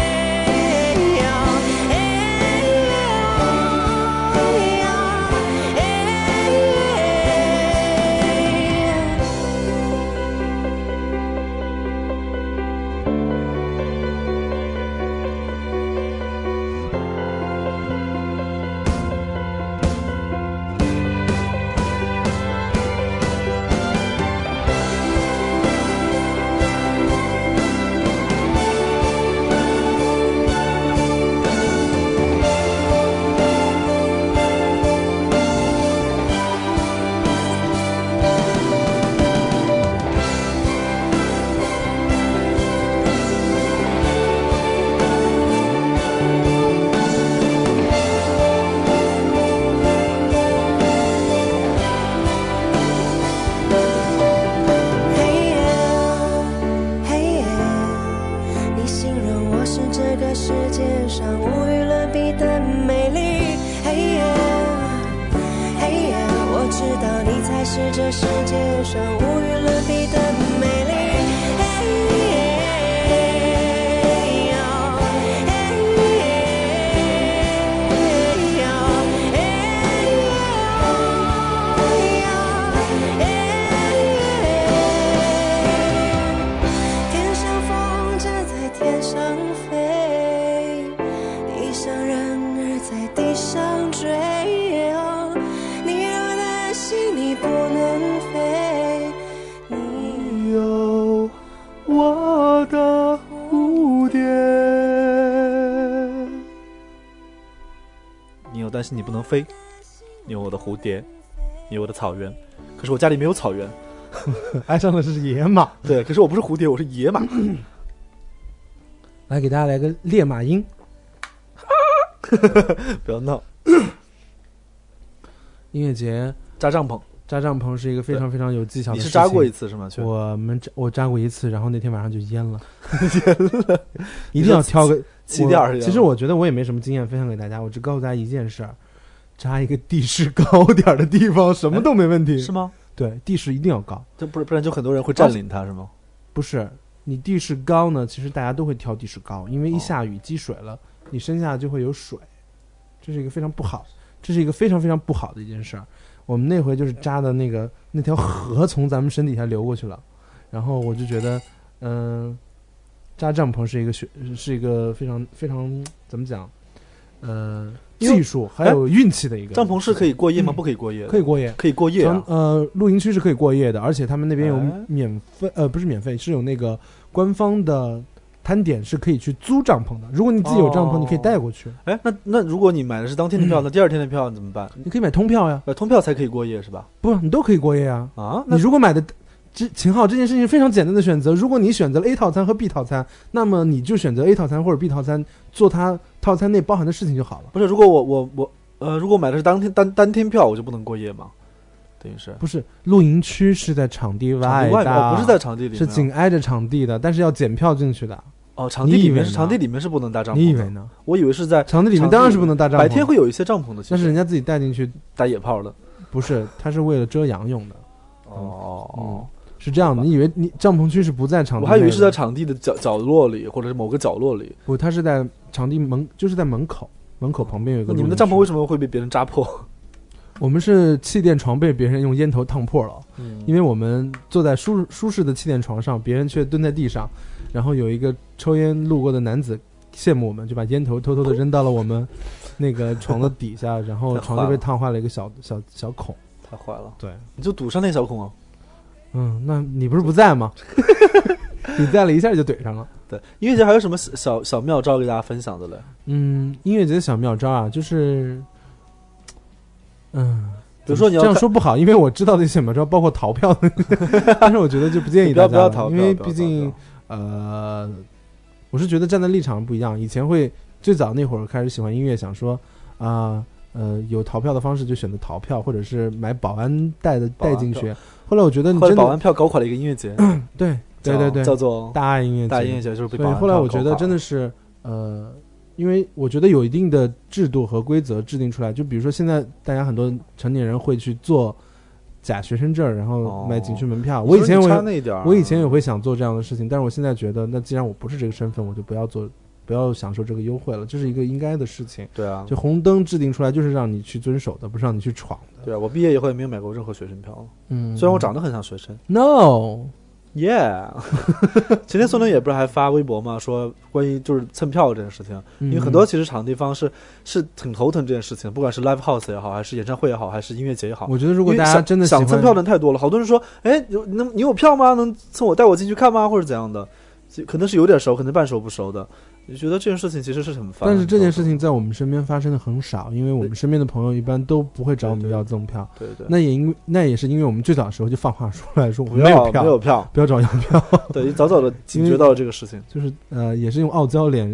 S10: 嘿耶，嘿耶，你形容我是这个世界上无与伦比的美丽。嘿耶，嘿耶，我知道你才是这世界上无与伦比的美丽。嘿耶，嘿耶。天上风筝在天上飞，地上人儿在地上追。哦你若担心你不能飞，你有
S3: 我的蝴蝶。你有担心你不能飞，你有我的蝴蝶，你有我的草原。可是我家里没有草原，
S1: 爱上的是野马。
S3: 对，可是我不是蝴蝶，我是野马。
S1: 来给大家来个烈马音，
S3: 不要闹，
S1: 音乐节
S3: 扎帐篷。
S1: 扎帐篷是一个非常非常有技巧的
S3: 你
S1: 事情。
S3: 是扎过一次是吗？去
S1: 我们扎我扎过一次，然后那天晚上就淹
S3: *laughs*
S1: 了，一定要挑个
S3: 气垫儿
S1: 我
S3: 去。
S1: 其实我觉得我也没什么经验分享给大家，我只告诉大家一件事儿：扎一个地势高点儿的地方，什
S3: 哎
S1: 么都没问题。
S3: 是吗？
S1: 对，地势一定要高。
S3: 这不是不然就很多人会占领它是吗？
S1: 不是你地势高呢，其实大家都会挑地势高，因为一
S3: 哦
S1: 下雨积水了，你身下就会有水，这是一个非常不好，这是一个非常非常不好的一件事儿。我们那回就是扎的那个那条河从咱们身底下流过去了，然后我就觉得，嗯、扎帐篷是一个学是一个非常非常怎么讲，呃，
S3: 因为
S1: 技术还有运气的一个
S3: 帐篷是可以过夜吗？
S1: 嗯
S3: 不可以过夜的，
S1: 可以过夜，
S3: 可以过夜
S1: 长
S3: 啊。
S1: 呃，露营区是可以过夜的，而且他们那边有
S3: 哎
S1: 免费，呃，不是免费，是有那个官方的摊点是可以去租帐篷的。如果你自己有帐篷，
S3: 哦
S1: 你可以带过去，
S3: 哎，那那如果你买的是当天的
S1: 嗯
S3: 票，那第二天的票怎么办？
S1: 你可以买通票呀，
S3: 买通票才可以过夜是吧？
S1: 不，你都可以过夜啊。
S3: 啊，那
S1: 你如果买的这秦昊这件事情非常简单的选择，如果你选择了 A 套餐和 B 套餐，那么你就选择 A 套餐或者 B 套餐，做它套餐内包含的事情就好了。
S3: 不是，如果我我我呃，如果买的是当天单单天票，我就不能过夜吗？等于是
S1: 不是，露营区是在场地
S3: 场
S1: 外
S3: 地外面，
S1: 的，
S3: 哦，不是在场地里面啊，
S1: 是紧挨着场地的，但是要检票进去的。
S3: 哦，场地
S1: 你以
S3: 里
S1: 为
S3: 面是
S1: 呢
S3: 场地里面是不能搭帐篷的。
S1: 你以为呢？
S3: 我以为是在
S1: 场地里面当然是不能搭帐篷，
S3: 白天会有一些帐篷的，其
S1: 但是
S3: 实
S1: 人家自己带进去，
S3: 打野炮的。
S1: 不是，它是为了遮阳用的，嗯
S3: 哦，
S1: 是这样的。你以为你帐篷区是不在哦场地
S3: 我
S1: 内的？
S3: 还以为是在场地的角角落里，或者是某个角落里。
S1: 不，它是在场地门，就是在门口，门口旁边有一个露
S3: 那你
S1: 营区。
S3: 们的帐篷为什么会被别人扎破？
S1: 我们是气垫床被别人用烟头烫破了，
S3: 嗯
S1: 因为我们坐在舒舒适的气垫床上，别人却蹲在地上，然后有一个抽烟路过的男子。羡慕我们，就把烟头偷偷的扔到了我们那个床的底
S3: *laughs*
S1: 下，然后
S3: 太坏
S1: 床就被
S3: 了
S1: 烫坏了一个小小小孔。
S3: 太坏了，
S1: 对，
S3: *laughs* 你就堵上那小孔啊。
S1: 嗯，那你不是不在
S3: *laughs*
S1: 吗？你在了一下就怼上了。
S3: 对，音乐节还有什么小小小妙招给大家分享的嘞？
S1: 嗯，音乐节的小妙招啊，就是，嗯，
S3: 比如说你要
S1: 这样
S3: 看
S1: 说不好，因为我知道的一些小妙招包括逃票
S3: *laughs*
S1: 的，但是我觉得就不建议
S3: 你不
S1: 大
S3: 要
S1: 家
S3: 不要
S1: 了
S3: 逃
S1: 因
S3: 票，
S1: 为
S3: 不要
S1: 毕
S3: 逃
S1: 竟
S3: 票
S1: 呃，我是觉得站在立场不一样，以前会最早那会儿开始喜欢音乐，想说啊、呃，有逃票的方式就选择逃票，或者是买保安带的
S3: 保安
S1: 带进
S3: 票
S1: 去。后来我觉得你
S3: 后来
S1: 真
S3: 保安
S1: 的
S3: 票搞垮了一个音乐节，
S1: 对对
S3: 叫
S1: 对对，
S3: 叫做
S1: 大爱音乐
S3: 大
S1: 节
S3: 音乐节，就是
S1: 所
S3: 被保
S1: 以
S3: 安
S1: 后来
S3: 票
S1: 我
S3: 搞
S1: 觉得
S3: 垮
S1: 真
S3: 了
S1: 的是，呃，因为我觉得有一定的制度和规则制定出来，就比如说现在大家很多成年人会去做假学生证儿，然后买景区门票。我以前
S3: 哦其实你差
S1: 我
S3: 那一点儿，啊
S1: 我以前也会想做这样的事情，但是我现在觉得，那既然我不是这个身份，我就不要做，不要享受这个优惠了，这是一个应该的事情。
S3: 对啊，
S1: 就红灯制定出来就是让你去遵守的，不是让你去闯的。
S3: 对啊，我毕业以后也没有买过任何学生票，
S1: 嗯
S3: 虽然我长得很像学生。
S1: no， *laughs*
S3: Yeah，前天宋冬野不是还发微博嘛，说关于就是蹭票这件事情，因为很
S1: 嗯
S3: 多其实场地方是是挺头疼这件事情，不管是 live house 也好，还是演唱会也好，还是音乐节也好。
S1: 我觉得如果大
S3: 因为
S1: 家
S3: 想
S1: 真的喜
S3: 想
S1: 欢
S3: 蹭票的人太多了，好多人说，哎，有能你有票吗？能蹭我带我进去看吗？或者怎样的？就可能是有点熟，可能半熟不熟的。你觉得这件事情其实是很烦。
S1: 但是这件事
S3: 情，
S1: 情在我们身边发生的很少，因为我们身边的朋友一般都不会找我们
S3: 对对
S1: 要赠票。
S3: 对对，
S1: 那也因为那也是因为我们最早的时候就放话出来说我
S3: 不
S1: 们没有
S3: 要
S1: 票，
S3: 没有票，
S1: 不要找要票， *laughs*
S3: 对，早早的警觉到了这个事情。
S1: 就是呃也是用傲娇脸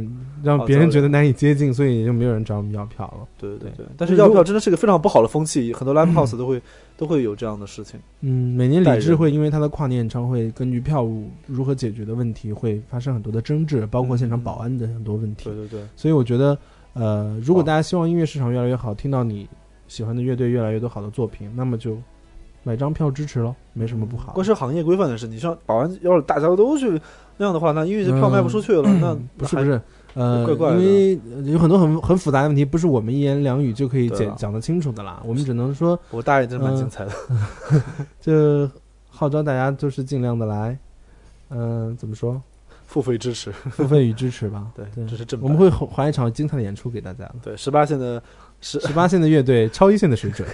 S1: 让别人觉得难以接近，所以也就没有人找我们要票了。
S3: 对对对，但
S1: 但
S3: 是
S1: 是
S3: 要
S1: 如
S3: 票真的是个非常不好的风气，很多 live house 都会都会有这样的事情。
S1: 嗯，每年
S3: 带
S1: 李
S3: 人
S1: 志会因为他的跨年演唱会，根据票务如何解决的问题，会发生很多的争执，包括现场保安的很多问题。
S3: 对对对，
S1: 所以我觉得，呃，如果大家希望音乐市场越来越好，听到你喜欢的乐队越来越多好的作品，那么就买张票支持咯，没什么不好。
S3: 关于行业规范的事，你像保安，要是大家都去那样的话，那音乐节票
S1: 嗯
S3: 卖不出去了，那
S1: 不是不
S3: 那还
S1: 是，呃，
S3: 怪怪的
S1: 因为呃有很多很很复杂的问题，不是我们一言两语就可以
S3: 对
S1: 解
S3: 啊
S1: 讲得清楚的啦。我们只能说，
S3: 我大爷真
S1: 嗯
S3: 的蛮精彩的。 *laughs*
S1: 就号召大家就是尽量的来，嗯、怎么
S3: *laughs*
S1: 说，
S3: 付费支持，。
S1: 付费与支持吧
S3: 对
S1: 对，
S3: 这是正版
S1: 我们会还一场精彩的演出给大家的。
S3: 对，十八线的十
S1: 十八线的乐队，超一线的水
S3: *laughs*
S1: 准，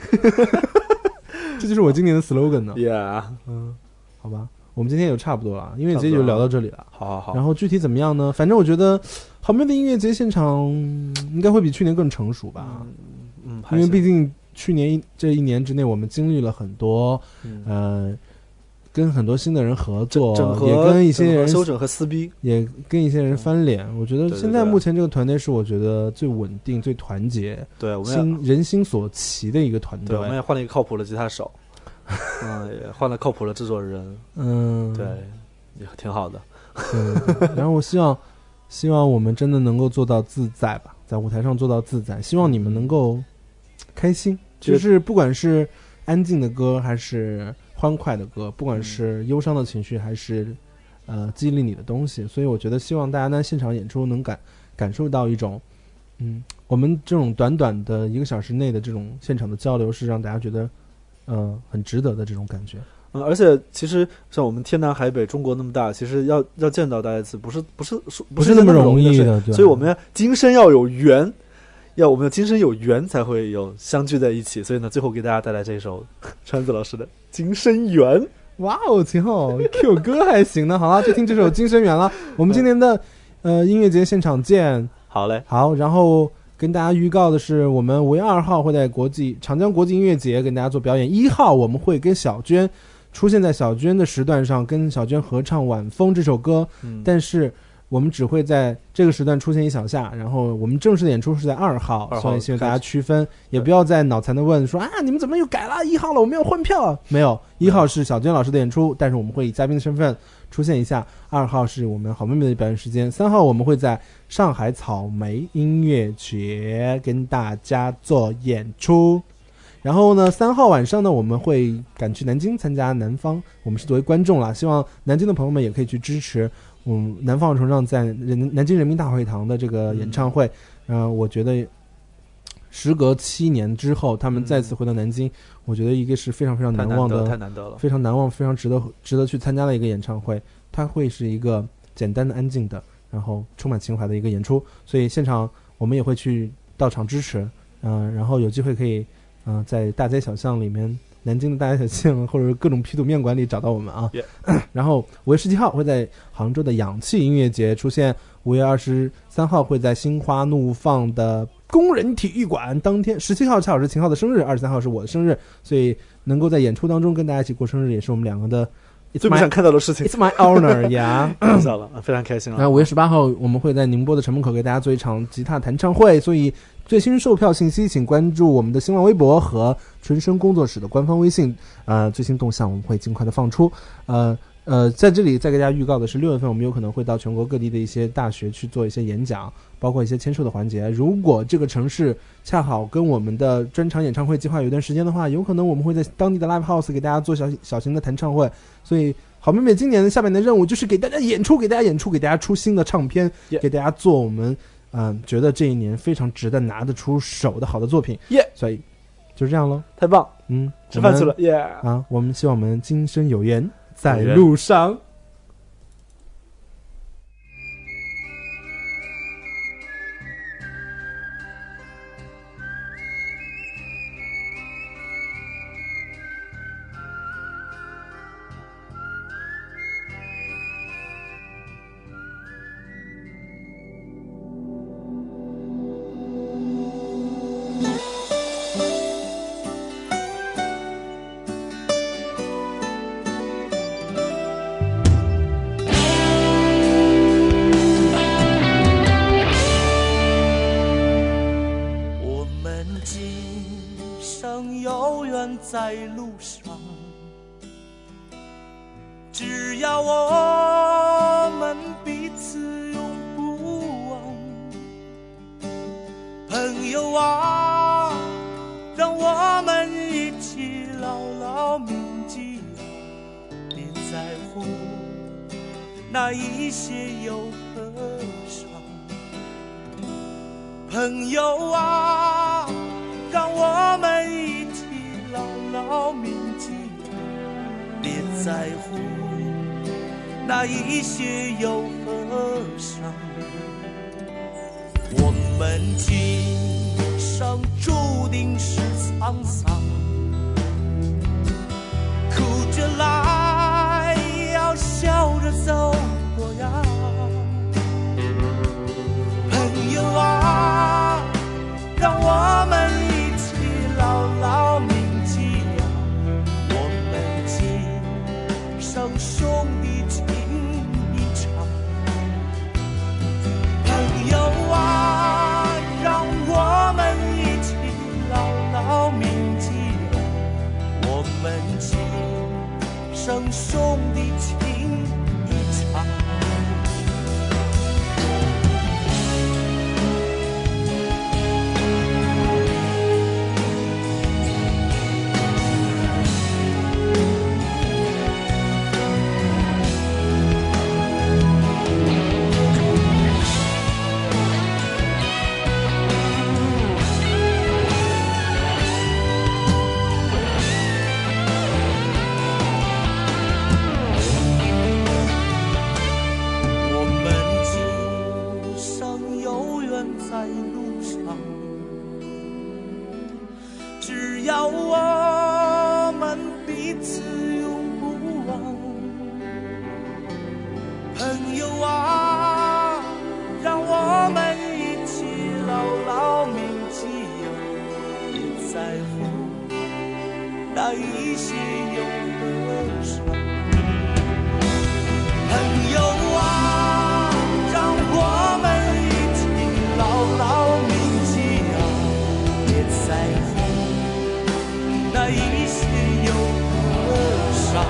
S1: 这就是我今年的 slogan
S3: 啊
S1: 呢。
S3: ，yeah，
S1: 嗯，好吧，我们今天也差不多了，音啊乐节
S3: 差不多
S1: 就
S3: 了
S1: 聊到这里了。
S3: 好好
S1: 然
S3: 好，
S1: 后具体怎么样呢？反正我觉得杭州的音乐节现场嗯应该会比去年更成熟吧，
S3: 嗯，还
S1: 因为
S3: 行
S1: 毕竟去年一这一年之内，我们经历了很多
S3: 嗯
S1: 呃，跟很多新的人合作，
S3: 整合
S1: 也跟一些
S3: 整合
S1: 人
S3: 修整和撕逼，
S1: 也跟一些人翻脸。我觉得
S3: 对对
S1: 现在
S3: 对
S1: 目前这个团队是我觉得最稳定、最团结、
S3: 对，我们
S1: 心人心所齐的一个团
S3: 也
S1: 队
S3: 对，我。们也换了一个靠谱的吉
S1: *laughs*
S3: 他手，嗯，也换了靠谱的制作人，
S1: 嗯，
S3: 对，也挺好的。
S1: 对，对对然后我希望，希望我们真的能够做到自在吧，在舞台上做到自在。希望你们能够开心，就
S3: 这个
S1: 是不管是安静的歌还是欢快的歌，不管
S3: 嗯
S1: 是忧伤的情绪还是呃激励你的东西。所以我觉得，希望大家在现场演出能感感受到一种，嗯，我们这种短短的一个小时内的这种现场的交流，是让大家觉得。呃，很值得的这种感觉，
S3: 嗯，而且其实像我们天南海北，中国那么大，其实要要见到大家一次，不是不是说不
S1: 是
S3: 那
S1: 那么
S3: 容
S1: 容易
S3: 的
S1: 的
S3: 事，
S1: 对
S3: 所以我们要今生要有缘，要我们要今生有缘才会有相聚在一起。所以呢，最后给大家带来这首 *laughs* 川子老师的《今生缘》。
S1: 哇哦，秦昊 Q 歌还行呢。好了，就听这首《今生缘》了。我们今年的呃音乐节现场见。
S3: 好嘞，
S1: 好，然后跟大家预告的是，我们五月二号会在国际长江国际音乐节跟大家做表演。一号我们会跟小娟出现在小娟的时段上，跟小娟合唱《晚风》这首歌，
S3: 嗯，
S1: 但是。我们只会在这个时段出现一小下，然后我们正式的演出是在二号，
S3: 2号
S1: 所以希望大家
S3: 开始
S1: 区分，也不要再脑残的问说啊，你们怎么又改了一号了？我们要换票啊！没有，一号是小娟老师的演出，但是我们会以嘉宾的身份出现一下；二号是我们好妹妹的表演时间；三号我们会在上海草莓音乐节跟大家做演出。然后呢，三号晚上呢，我们会赶去南京参加南方，我们是作为观众啦，希望南京的朋友们也可以去支持。嗯，南方崇尚在人南京人民大会堂的这个演唱会，嗯、我觉得时隔七年之后，他们再次回到南京，我觉得一个是非常非常
S3: 太
S1: 难
S3: 难
S1: 忘
S3: 得，
S1: 的
S3: 太难得了。
S1: 非常难忘、非常值得值得去参加的一个演唱会。它会是一个简单的、安静的，然后充满情怀的一个演出。所以现场我们也会去到场支持，嗯、然后有机会可以，嗯、在大街小巷里面，南京的大街小巷或者是各种批土面馆里找到我们啊。
S3: Yeah
S1: 然后五月十七号会在杭州的氧气音乐节出现，五月二十三号会在心花怒放的。工人体育馆当天，十七号恰好是秦昊的生日，二十三号是我的生日，所以能够在演出当中跟大家一起过生日，也是我们两个的 It's
S3: 最不想
S1: my
S3: 看到的 *coughs* 事情
S1: It's my honor yeah。
S3: 算了，非常开心啊
S1: 然后
S3: 了。
S1: 五月十八号，我们会在宁波的城门口给大家做一场吉他弹唱会，所以最新售票信息，请关注我们的新浪微博和纯生工作室的官方微信。呃，最新动向我们会尽快的放出。呃呃，在这里再给大家预告的是，六月份我们有可能会到全国各地的一些大学去做一些演讲，包括一些签售的环节。如果这个城市恰好跟我们的专场演唱会计划有一段时间的话，有可能我们会在当地的 live house 给大家做小小型的弹唱会。所以，好妹妹今年的下半年的任务就是给大家演出，给大家演出，给大家出新的唱片
S3: Yeah
S1: 给大家做我们嗯、呃觉得这一年非常值得拿得出手的好的作品。
S3: Yeah
S1: 所以就这样喽。
S3: 太棒，
S1: 嗯，
S3: 吃饭
S1: 我们
S3: 去了，耶！
S1: 啊！我们希望我们今生有缘，在
S3: 有缘
S1: 路上。
S7: 我们今生有缘在路上，只要我们彼此永不忘。朋友啊，让我们一起牢牢铭记啊，别在乎那一些忧和伤。朋友啊，让我们一起牢牢铭记，别在乎那一些忧和伤。我们今生注定是沧桑，哭着来，要笑着走过呀。朋友啊，让我们一起牢牢铭记呀，我们今生兄弟情一场。朋友啊，让我们一起牢牢铭记呀，我们今生兄弟情一场。我们今生有缘在路上，只要我们彼此永不忘。朋友啊，让我们一起牢牢铭记呀，别在乎那一些忧和伤。朋友啊，让我们一起牢牢铭记啊，别在乎那一些忧和伤。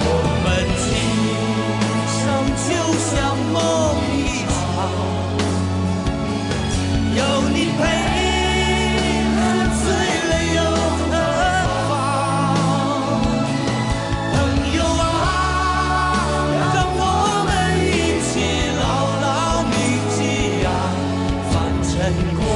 S7: 我们今生就像梦一场，有啊你陪，喝醉了啊又何妨？朋友啊，让我们一起牢牢铭记呀，凡尘过